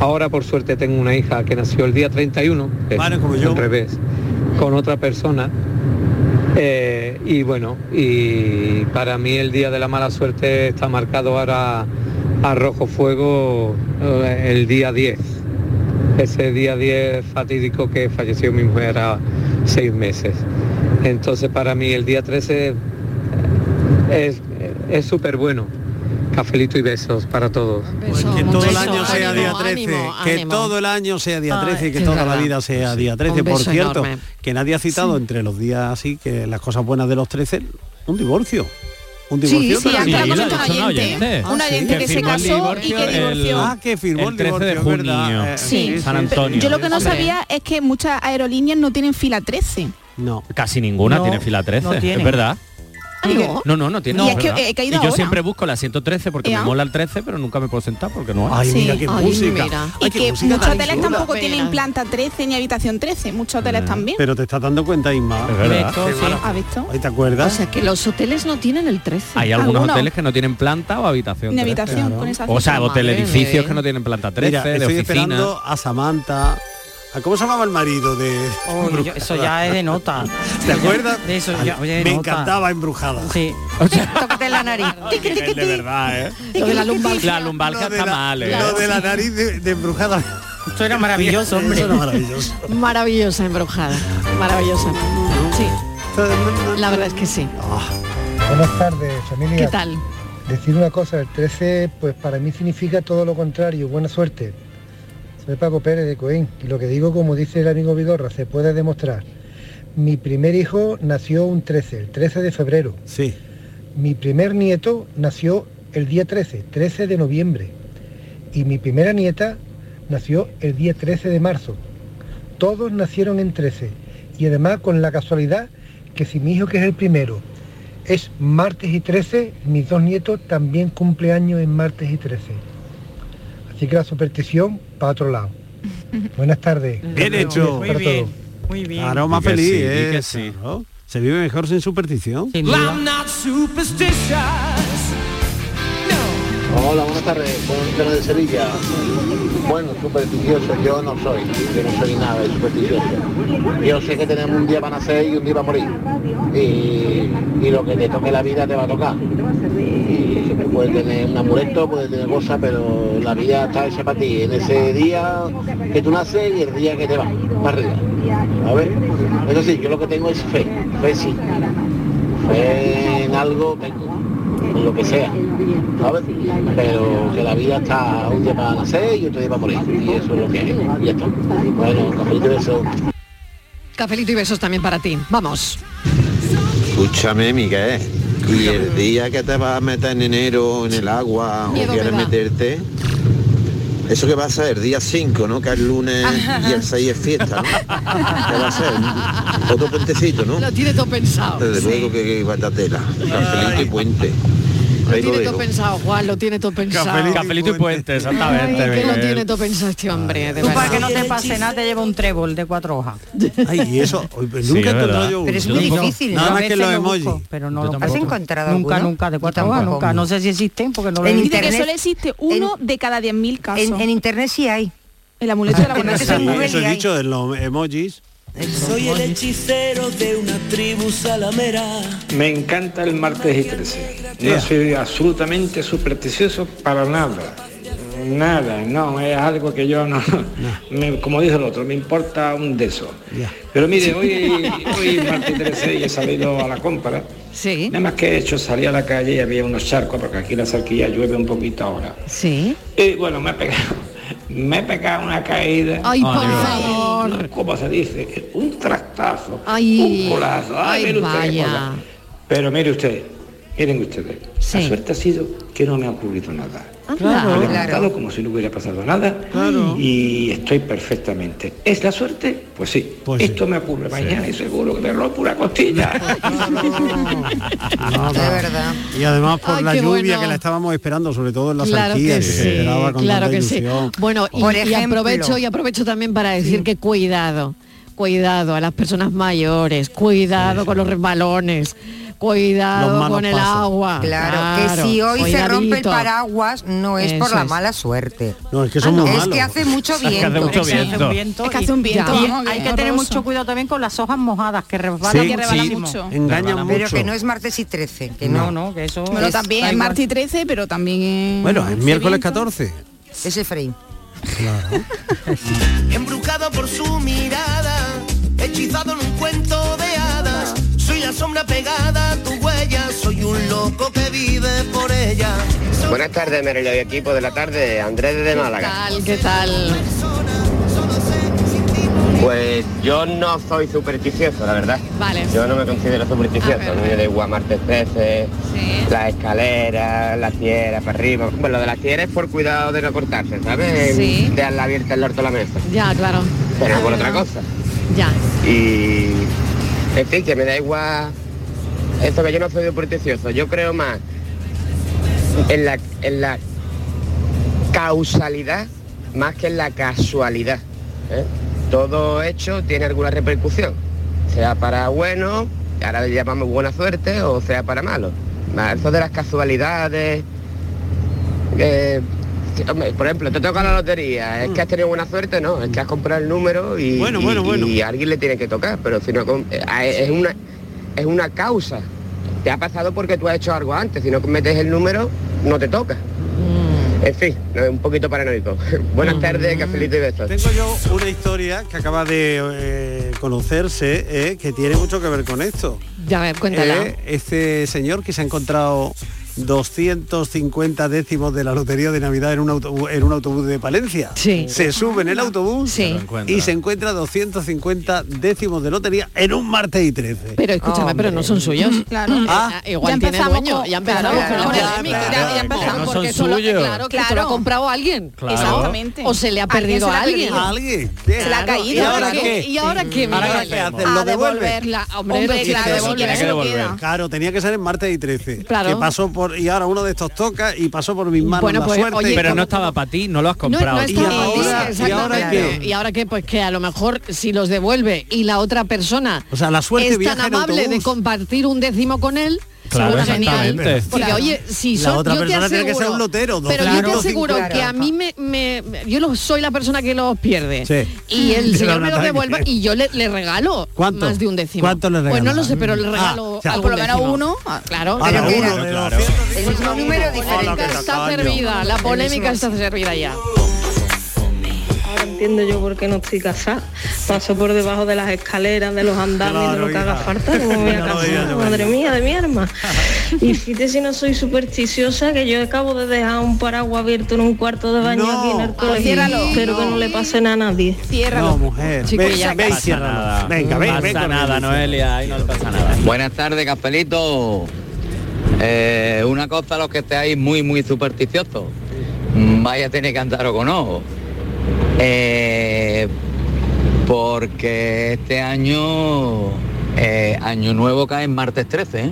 Speaker 13: Ahora por suerte tengo una hija que nació el día 31, que
Speaker 5: Vale,
Speaker 13: es
Speaker 5: como yo.
Speaker 13: al revés, con otra persona. Eh, y bueno, y para mí el día de la mala suerte está marcado ahora a rojo fuego eh, el día 10. Ese día 10 fatídico que falleció mi mujer a seis meses. Entonces para mí el día 13 es es súper bueno. Cafelito y besos para todos.
Speaker 5: Que todo el año
Speaker 3: beso,
Speaker 5: sea
Speaker 3: ánimo,
Speaker 5: día 13,
Speaker 3: ánimo,
Speaker 5: que
Speaker 3: ánimo.
Speaker 5: todo el año sea día
Speaker 3: Ay,
Speaker 5: 13 y que
Speaker 3: es
Speaker 5: toda la
Speaker 3: verdad.
Speaker 5: vida sea día
Speaker 3: Un
Speaker 5: 13. Por
Speaker 3: beso
Speaker 5: cierto,
Speaker 3: enorme.
Speaker 5: que nadie ha citado
Speaker 3: Sí.
Speaker 5: entre los días así que las cosas buenas de los 13, un divorcio. Un
Speaker 3: Sí,
Speaker 5: divorcio.
Speaker 3: sí,
Speaker 5: para
Speaker 3: aquí lo ha
Speaker 5: mí.
Speaker 3: comentado un Sí, lo ha dicho un oyente. oyente. Un oyente que se
Speaker 32: firmó el
Speaker 3: casó y
Speaker 32: divorcio
Speaker 3: que divorció.
Speaker 32: el-
Speaker 5: Ah, que firmó el,
Speaker 32: el 13 de
Speaker 5: divorcio, es verdad.
Speaker 32: junio.
Speaker 5: Eh,
Speaker 32: Sí. San Antonio.
Speaker 8: Yo lo que no
Speaker 32: Hombre.
Speaker 8: sabía es que muchas aerolíneas no tienen fila 13.
Speaker 5: No.
Speaker 6: Casi ninguna
Speaker 8: No,
Speaker 6: tiene fila 13.
Speaker 8: no tiene.
Speaker 6: Es verdad. No, no, no tiene.
Speaker 8: Y
Speaker 6: es
Speaker 8: es que
Speaker 6: verdad.
Speaker 8: he caído
Speaker 6: Y yo
Speaker 8: ahora.
Speaker 6: siempre busco la 113 porque
Speaker 8: Ya.
Speaker 6: me mola el 13, pero nunca me puedo sentar porque no hay.
Speaker 5: Ay, mira Sí. qué Ay, música. mira. Ay,
Speaker 8: Y
Speaker 5: qué
Speaker 8: que
Speaker 5: música
Speaker 8: muchos
Speaker 5: tan
Speaker 8: hoteles
Speaker 5: chula.
Speaker 8: tampoco tienen planta 13 ni habitación 13. Muchos hoteles también.
Speaker 5: Pero te estás dando cuenta, Isma.
Speaker 6: Es verdad.
Speaker 5: Qué
Speaker 6: Sí.
Speaker 5: mala.
Speaker 8: ¿Has visto?
Speaker 5: Ay, ¿Te acuerdas?
Speaker 3: Que los hoteles no tienen el 13.
Speaker 6: Hay algunos hoteles que no tienen planta o habitación.
Speaker 3: Ni
Speaker 6: 13.
Speaker 3: habitación, Claro. con esa
Speaker 6: O sea,
Speaker 3: cifra.
Speaker 6: hotel
Speaker 3: Madre
Speaker 6: edificios
Speaker 3: mía.
Speaker 6: que no tienen planta 13,
Speaker 5: Mira,
Speaker 6: de
Speaker 5: estoy
Speaker 6: oficina.
Speaker 5: esperando a Samantha. ¿A cómo se llamaba el marido de.?
Speaker 7: Uy, yo- eso ya es de nota.
Speaker 5: ¿Te acuerdas?
Speaker 7: De eso ya, oye, de
Speaker 5: Me
Speaker 7: nota.
Speaker 5: encantaba embrujada.
Speaker 7: Sí.
Speaker 3: Tócate la nariz.
Speaker 32: Es de verdad, ¿eh?
Speaker 3: Lo de la lumbalgia.
Speaker 6: La lumbalgia
Speaker 5: Lo de
Speaker 6: está
Speaker 5: la-
Speaker 6: mal, ¿eh?
Speaker 5: Lo de la nariz de, de embrujada.
Speaker 7: Esto era maravilloso, hombre.
Speaker 5: Eso era maravilloso.
Speaker 3: Maravillosa embrujada. Maravillosa. Sí. La verdad es que sí.
Speaker 5: Ah.
Speaker 11: Buenas tardes, familia.
Speaker 3: ¿Qué tal?
Speaker 11: Decir una cosa, el 13 pues para mí significa todo lo contrario, buena suerte. Soy Paco Pérez de Coín y lo que digo, como dice el amigo Vigorra, se puede demostrar. Mi primer hijo nació un 13, el 13 de febrero.
Speaker 5: Sí.
Speaker 11: Mi primer nieto nació el día 13, 13 de noviembre. Y mi primera nieta nació el día 13 de marzo. Todos nacieron en 13. Y además con la casualidad que si mi hijo que es el primero es martes y 13, mis dos nietos también cumpleaños en martes y 13. Así que la superstición para otro lado. Buenas tardes.
Speaker 5: Bien hecho.
Speaker 11: Para todos.
Speaker 7: muy bien.
Speaker 5: Claro, más
Speaker 11: Di que
Speaker 5: feliz,
Speaker 11: sí, di
Speaker 5: ¿eh?
Speaker 11: que
Speaker 5: Claro. Se vive mejor sin superstición.
Speaker 33: I'm not superstitious.
Speaker 17: Hola, buenas tardes, soy Antonio de Sevilla. Bueno, supersticioso yo no soy, yo no soy nada de supersticioso. Yo sé que tenemos un día para nacer y un día para morir. Y, y lo que te toque la vida te va a tocar. Y siempre puedes tener un amuleto, puedes tener cosas, pero la vida está hecha para ti. En ese día que tú naces y el día que te vas, para arriba. A ver, eso sí, yo lo que tengo es fe, fe sí. Fe en algo tengo, en lo que sea. ¿sabes? Pero que la vida está un día para nacer y otro día para morir. Y eso es lo que hay. Y ya está. Bueno, cafelito de eso.
Speaker 3: Cafelito y besos también para ti. Vamos.
Speaker 14: Escúchame, Miguel. Y el día que te vas a meter en enero en el agua o
Speaker 3: Miedo me
Speaker 14: quieres
Speaker 3: da.
Speaker 14: meterte, eso que va a ser el día 5, ¿no? Que es lunes y el 6 es fiesta, ¿no? ¿Qué va a ser? Otro puentecito, ¿no?
Speaker 3: Lo tiene todo pensado.
Speaker 14: Desde
Speaker 3: Sí.
Speaker 14: luego que, que batatela, cancelito y puente.
Speaker 3: Lo
Speaker 14: Ahí lo
Speaker 3: tiene todo
Speaker 14: dejo.
Speaker 3: pensado, Juan, lo tiene todo pensado.
Speaker 6: Cafelito y puente, exactamente.
Speaker 3: Ay, que lo
Speaker 6: Miguel.
Speaker 3: tiene todo pensado este hombre, de
Speaker 7: Tú para
Speaker 3: verdad.
Speaker 7: que no te pase nada te lleva un trébol de cuatro hojas.
Speaker 5: Ay, y eso, hoy- nunca
Speaker 6: es
Speaker 5: he encontrado
Speaker 6: verdad.
Speaker 5: yo uno.
Speaker 7: Pero es muy
Speaker 5: Yo tampoco.
Speaker 7: difícil.
Speaker 5: Nada
Speaker 7: yo a
Speaker 5: más que
Speaker 7: veces
Speaker 5: los
Speaker 7: lo
Speaker 5: emojis.
Speaker 7: busco, pero no
Speaker 5: Yo
Speaker 7: lo
Speaker 5: tampoco.
Speaker 7: encuentro. Nunca, nunca, de cuatro hojas, nunca. No sé si existen porque no lo he
Speaker 8: En
Speaker 7: visto.
Speaker 8: internet, que solo existe uno de cada 10.000 casos. En,
Speaker 7: internet sí hay.
Speaker 8: El amuleto de la buena
Speaker 5: Sí,
Speaker 8: suerte.
Speaker 5: eso he dicho en los emojis.
Speaker 12: Soy el hechicero de una tribu salamera.
Speaker 34: Me encanta el martes y 13. No
Speaker 12: Yeah.
Speaker 34: soy absolutamente supersticioso para nada. Nada, no, es algo que yo no... me- como dijo el otro, me importa un de eso. Pero mire, hoy, hoy es martes 13 y he salido a la compra.
Speaker 3: Sí.
Speaker 34: Nada más que he hecho, salí a la calle y había unos charcos, porque aquí en la cerquilla llueve un poquito ahora.
Speaker 3: Sí.
Speaker 34: Y bueno, me he pegado, me he pegado una caída.
Speaker 3: Ay, por favor.
Speaker 34: Como se dice, un tractazo,
Speaker 3: Ay,
Speaker 34: un colazo. Ay,
Speaker 3: ay,
Speaker 34: mire usted qué
Speaker 3: vaya.
Speaker 34: cosa. Pero mire usted, miren ustedes, la suerte ha sido que no me ha ocurrido nada.
Speaker 3: Claro.
Speaker 34: Me he levantado
Speaker 3: Ah, Claro.
Speaker 34: como si no hubiera pasado nada y estoy perfectamente. ¿Es la suerte? Pues sí. Esto me ocurre mañana y seguro que me rompo una costilla.
Speaker 5: verdad. Y además por
Speaker 3: Ay,
Speaker 5: la
Speaker 3: qué
Speaker 5: lluvia
Speaker 3: bueno.
Speaker 5: que la estábamos esperando, sobre todo en la
Speaker 3: Claro
Speaker 5: Sarquía,
Speaker 3: que
Speaker 5: que se
Speaker 3: sí,
Speaker 5: esperaba con
Speaker 3: claro
Speaker 5: tanta
Speaker 3: que sí. Mm,
Speaker 5: ilusión.
Speaker 3: Bueno, y,
Speaker 7: Por
Speaker 3: y
Speaker 7: ejemplo.
Speaker 3: aprovecho y aprovecho también para decir que cuidado, cuidado a las personas mayores, cuidado con los resbalones, Cuidado con el agua.
Speaker 4: Claro, que si hoy se
Speaker 3: cuidadito.
Speaker 4: rompe el paraguas no es por
Speaker 3: Eso
Speaker 4: la
Speaker 3: es.
Speaker 4: mala suerte.
Speaker 5: No, es que
Speaker 4: Ah,
Speaker 5: son
Speaker 4: no.
Speaker 5: muy
Speaker 4: Es
Speaker 5: malos.
Speaker 4: que hace mucho
Speaker 5: Es que hace
Speaker 4: viento.
Speaker 5: mucho
Speaker 4: Es que hace
Speaker 5: viento.
Speaker 4: un
Speaker 7: viento
Speaker 4: Es que hace un
Speaker 7: y-
Speaker 4: viento,
Speaker 7: y
Speaker 4: vamos,
Speaker 7: hay
Speaker 4: que
Speaker 7: que tener
Speaker 4: horroroso.
Speaker 7: mucho cuidado también con las hojas mojadas que resbalan,
Speaker 5: Sí,
Speaker 7: que resbalan
Speaker 5: sí,
Speaker 7: mucho.
Speaker 5: engaña mucho.
Speaker 4: Pero que no es martes y 13, que
Speaker 7: No,
Speaker 4: no.
Speaker 7: no, que eso
Speaker 4: Bueno,
Speaker 7: es-
Speaker 4: también
Speaker 7: da
Speaker 4: es
Speaker 7: igual.
Speaker 4: martes y 13, pero también es...
Speaker 5: Bueno, es miércoles 14.
Speaker 4: Es Efraín.
Speaker 12: Embrucado por su mirada, hechizado en un cuento de hadas. Soy la sombra pegada a tu huella, soy un loco que vive por ella.
Speaker 2: Buenas tardes, Merilo y equipo de la tarde, Andrés desde
Speaker 3: ¿Qué
Speaker 2: Málaga.
Speaker 3: tal? ¿Qué tal?
Speaker 2: Pues yo no soy supersticioso, la verdad.
Speaker 3: Vale. Ah,
Speaker 2: Yo no me considero supersticioso, no me da igual martes 13, las escaleras, la tierra para arriba. Bueno, lo de la tierra es por cuidado de no cortarse, ¿sabes?
Speaker 3: Sí.
Speaker 2: Dejarla abierta el orto a la mesa.
Speaker 3: Ya, claro.
Speaker 2: Pero por otra cosa.
Speaker 3: Ya.
Speaker 2: Y en fin, que me da igual eso que yo no soy supersticioso, yo creo más en la, en la causalidad más que en la casualidad. ¿eh? Todo hecho tiene alguna repercusión, sea para bueno, ahora le llamamos buena suerte, o sea para malo. Más Eso de las casualidades, eh, sí, hombre, por ejemplo, te toca la lotería, es que has tenido buena suerte, no, es que has comprado el número y,
Speaker 5: Mm. Bueno,
Speaker 2: y-
Speaker 5: bueno, bueno.
Speaker 2: y a alguien le tiene que tocar, pero si no, con- eh, es una, es una causa. Te ha pasado porque tú has hecho algo antes, si no metes el número, no te toca.
Speaker 35: Mm.
Speaker 2: En fin, no, un poquito paranoico. Buenas tardes, cafelito y besos.
Speaker 5: Tengo yo una historia que acaba de eh, conocerse, eh, que tiene mucho que ver con esto.
Speaker 3: Ya, a ver, cuéntala.
Speaker 5: Eh, este señor que se ha encontrado 250 décimos de la lotería de Navidad en un, autobús, en un autobús de Palencia. Se sube en el autobús y se encuentra 250 décimos de lotería en un martes y 13.
Speaker 3: Pero escúchame, pero no son suyos.
Speaker 10: Claro.
Speaker 3: Ah, igual tiene dueño. ya empezamos con la polémica. ya empezamos
Speaker 5: no son
Speaker 3: porque eso lo-
Speaker 5: suyos.
Speaker 3: claro, que esto lo ha comprado alguien.
Speaker 5: Claro.
Speaker 10: Exactamente.
Speaker 3: O se le ha
Speaker 10: Alguien
Speaker 3: perdido
Speaker 10: se la
Speaker 3: a
Speaker 10: ha
Speaker 3: alguien.
Speaker 10: perdido.
Speaker 5: Alguien. Bien.
Speaker 3: Se le ha
Speaker 10: Claro.
Speaker 3: caído.
Speaker 10: ¿Y ahora
Speaker 5: qué?
Speaker 3: ¿Y ahora qué?
Speaker 5: ¿Ahora
Speaker 3: Miguel?
Speaker 5: qué haces? ¿Lo
Speaker 3: A
Speaker 5: devuelves?
Speaker 3: devolverla. Hombre,
Speaker 5: Hombre,
Speaker 3: claro,
Speaker 5: claro,
Speaker 3: devolverla.
Speaker 5: tenía que
Speaker 3: se lo queda.
Speaker 5: devolver. Claro, tenía que ser en martes y 13.
Speaker 3: Claro.
Speaker 5: Que pasó por y ahora uno de estos toca y pasó por mis manos
Speaker 3: Bueno,
Speaker 5: la
Speaker 3: pues,
Speaker 5: suerte.
Speaker 3: oye,
Speaker 6: Pero no estaba para ti, no lo has
Speaker 3: No,
Speaker 6: comprado.
Speaker 3: no está mal, dice,
Speaker 5: ¿y ahora
Speaker 3: exactamente.
Speaker 5: qué?
Speaker 3: ¿Y ahora qué? Pues que a lo mejor si los devuelve y la otra persona
Speaker 5: O sea, la suerte
Speaker 3: es tan
Speaker 5: viaja en
Speaker 3: amable de
Speaker 5: autobús.
Speaker 3: compartir un décimo con él,
Speaker 5: Claro,
Speaker 3: seguro que genial.
Speaker 5: exactamente.
Speaker 3: Porque
Speaker 5: Claro.
Speaker 3: oye, si
Speaker 5: La
Speaker 3: son,
Speaker 5: otra
Speaker 3: yo te
Speaker 5: persona
Speaker 3: aseguro,
Speaker 5: tiene que ser un lotero,
Speaker 3: pero yo te
Speaker 5: 250.
Speaker 3: aseguro que a mí me, me- yo lo- soy la persona que los pierde y el
Speaker 5: Pero
Speaker 3: señor me
Speaker 5: no
Speaker 3: los
Speaker 5: te-
Speaker 3: devuelve y yo le, le regalo
Speaker 5: ¿Cuánto?
Speaker 3: más de un décimo.
Speaker 5: ¿Cuánto le
Speaker 3: Pues no
Speaker 5: regalas?
Speaker 3: lo sé, pero le
Speaker 5: Ah,
Speaker 3: regalo
Speaker 5: o sea,
Speaker 3: algún
Speaker 5: por lo menos
Speaker 3: décimo.
Speaker 5: uno.
Speaker 3: Ah, claro.
Speaker 5: Ahora
Speaker 3: Pero que
Speaker 5: uno
Speaker 3: era-
Speaker 5: de
Speaker 4: El mismo número diferente.
Speaker 3: está servida, la polémica está servida ya.
Speaker 15: Ahora entiendo yo por qué no estoy casada. Paso por debajo de las escaleras, de los andamios, de lo que haga falta, como me voy a casar, madre mía, de mi alma. Y fíjate si no soy supersticiosa, que yo acabo de dejar un paraguas abierto en un cuarto de baño aquí
Speaker 3: Ah,
Speaker 15: en el colegio.
Speaker 10: ciérralo.
Speaker 15: Espero que no le pase nada a nadie.
Speaker 5: No, mujer.
Speaker 15: Chico,
Speaker 5: Ven,
Speaker 15: ya
Speaker 5: ven,
Speaker 15: pasa
Speaker 5: ciérralo.
Speaker 15: nada.
Speaker 5: Venga,
Speaker 15: No
Speaker 5: ven,
Speaker 15: pasa
Speaker 5: ven con
Speaker 15: nada,
Speaker 5: el
Speaker 15: Noel.
Speaker 35: Noelia, ahí no le pasa nada. Buenas tardes, Capelito. Eh, una cosa a los que estáis muy, muy supersticiosos. Mm, Vaya a tener que andaros con ojo. Eh, porque este año, eh, año nuevo cae en martes 13. ¿eh?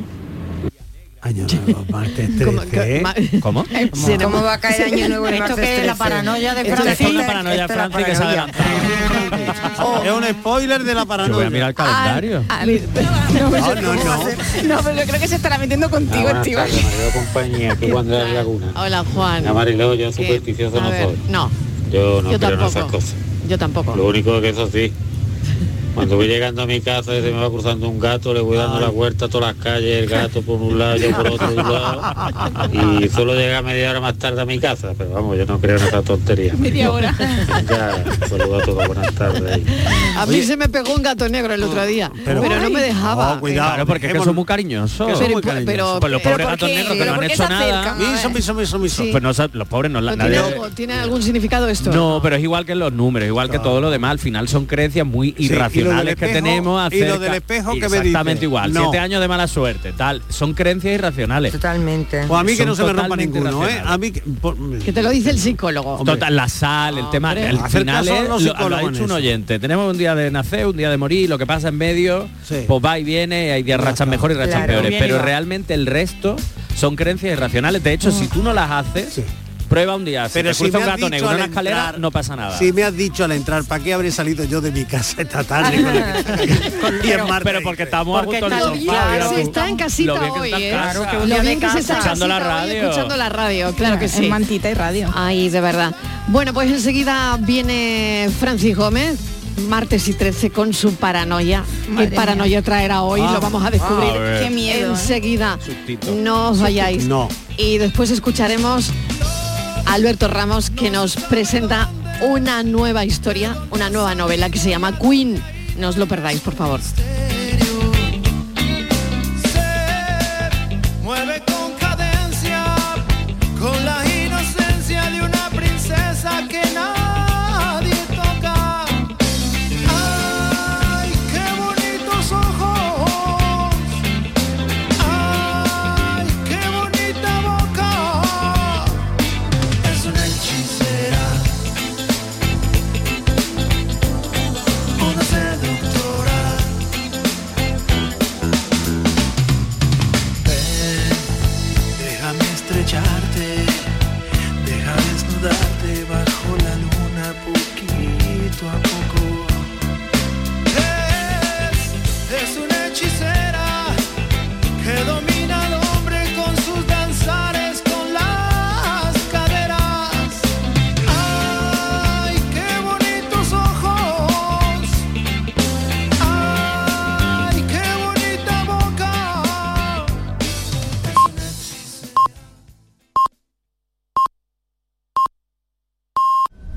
Speaker 5: Año nuevo, martes ¿eh? 13.
Speaker 6: ¿Cómo?
Speaker 4: ¿Cómo va a caer año nuevo en
Speaker 7: Esto
Speaker 4: martes
Speaker 7: que es
Speaker 4: 13?
Speaker 7: la paranoia de
Speaker 4: Esto es
Speaker 7: Francis.
Speaker 4: la
Speaker 6: paranoia
Speaker 4: esto es
Speaker 6: Francis que se ha adelantado.
Speaker 5: Es un spoiler de la paranoia.
Speaker 6: voy a mirar el calendario.
Speaker 10: Ah, no,
Speaker 5: No,
Speaker 10: pero
Speaker 5: no,
Speaker 10: ¿cómo va a
Speaker 5: no.
Speaker 10: ser? No, pero yo creo que se estará metiendo contigo,
Speaker 36: buenas
Speaker 10: tío.
Speaker 36: tardes, Mariló compañía, aquí Juan de la Laguna.
Speaker 3: Hola, Juan.
Speaker 36: No, Mariló, yo
Speaker 3: ¿Qué?
Speaker 36: supersticioso
Speaker 3: A
Speaker 36: no
Speaker 3: ver,
Speaker 36: soy.
Speaker 3: No,
Speaker 36: Yo no
Speaker 3: Yo
Speaker 36: creo en esas
Speaker 3: tampoco.
Speaker 36: cosas.
Speaker 3: yo tampoco.
Speaker 36: Lo único que eso sí, cuando voy llegando a mi casa y se me va cruzando un gato, le voy dando la vuelta a todas las calles, el gato por un lado, yo por otro
Speaker 6: Ah.
Speaker 36: lado. Y solo llega media hora más tarde a mi casa, pero vamos, yo no creo en esa tontería.
Speaker 3: Media hora.
Speaker 36: Ya, saludos a todos, buenas tardes.
Speaker 3: A mí se me pegó un gato negro el otro día, pero, no me dejaba.
Speaker 5: No, cuidado.
Speaker 6: Claro, porque es Oh, que son muy cariñosos.
Speaker 5: Que son muy
Speaker 6: Pero-
Speaker 5: cariñosos.
Speaker 6: Pues los pobres gatos negros que no han hecho nada.
Speaker 5: Miso, miso, miso, miso.
Speaker 6: Pues no, se- los pobres no la-
Speaker 3: ¿Pero ¿Tiene,
Speaker 6: nadie-
Speaker 3: algo- tiene algún significado esto?
Speaker 6: No, pero es igual que los números, igual que todo lo demás. Al final son creencias muy
Speaker 5: y lo del
Speaker 6: irracionales que
Speaker 5: espejo-
Speaker 6: tenemos.
Speaker 5: y lo
Speaker 6: acerca-
Speaker 5: del espejo que me dice.
Speaker 6: Exactamente igual.
Speaker 5: No.
Speaker 6: Siete años de mala suerte, tal. Son creencias irracionales.
Speaker 4: Totalmente.
Speaker 5: Pues a mí que no se me rompa
Speaker 6: totalmente
Speaker 5: ninguno, ¿eh?
Speaker 6: irracionales.
Speaker 5: A mí que, por-
Speaker 3: Que te lo dice el psicólogo.
Speaker 6: Total, la sal, el tema,
Speaker 3: Hombre.
Speaker 6: al
Speaker 5: Hacer
Speaker 6: final
Speaker 5: caso a
Speaker 6: es
Speaker 5: los
Speaker 6: lo, lo ha
Speaker 5: psicólogos en
Speaker 6: dicho un
Speaker 5: eso.
Speaker 6: oyente. Tenemos un día de nacer, un día de morir, lo que pasa en medio, pues va y viene, hay días rachas mejores y rachas
Speaker 35: Claro.
Speaker 6: peores,
Speaker 35: Bien,
Speaker 6: pero
Speaker 35: Iván.
Speaker 5: Mm.
Speaker 6: realmente el resto son creencias irracionales. De hecho, si tú no las haces, Prueba un día. Si
Speaker 5: Pero
Speaker 6: te
Speaker 5: si
Speaker 6: cruza
Speaker 5: me
Speaker 6: un
Speaker 5: has
Speaker 6: gato
Speaker 5: dicho
Speaker 6: negro en
Speaker 5: al
Speaker 6: una escalera,
Speaker 5: entrar-
Speaker 6: no pasa nada.
Speaker 5: Si me has dicho al entrar, ¿para qué habré salido yo de mi casa esta tarde? con la que- y en
Speaker 6: pero,
Speaker 5: Marte?
Speaker 6: pero porque estamos
Speaker 5: Porque
Speaker 6: junto al
Speaker 5: está
Speaker 6: sofá,
Speaker 5: bien que
Speaker 6: mira
Speaker 3: se
Speaker 6: tú.
Speaker 3: está en casita
Speaker 6: Lo bien que
Speaker 3: hoy,
Speaker 6: está en
Speaker 3: ¿eh?
Speaker 6: casa.
Speaker 3: Claro que un día Lo
Speaker 8: de
Speaker 3: bien que se está en
Speaker 8: casa.
Speaker 3: casita
Speaker 6: Escuchando la
Speaker 3: hoy,
Speaker 6: radio.
Speaker 3: escuchando la radio, claro que
Speaker 8: En
Speaker 3: sí.
Speaker 8: mantita y radio.
Speaker 3: Ay, de verdad. Bueno, pues enseguida viene Francis Gómez, martes y 13, con su paranoia.
Speaker 8: Madre
Speaker 3: ¿Qué paranoia
Speaker 8: mía.
Speaker 3: traerá hoy?
Speaker 8: Ah,
Speaker 3: lo vamos a descubrir
Speaker 8: a ver. Qué miedo, ¿eh?
Speaker 3: enseguida. No os vayáis.
Speaker 5: No.
Speaker 3: Y después escucharemos a Alberto Ramos que nos presenta una nueva historia, una nueva novela que se llama Queen. No os lo perdáis, por favor.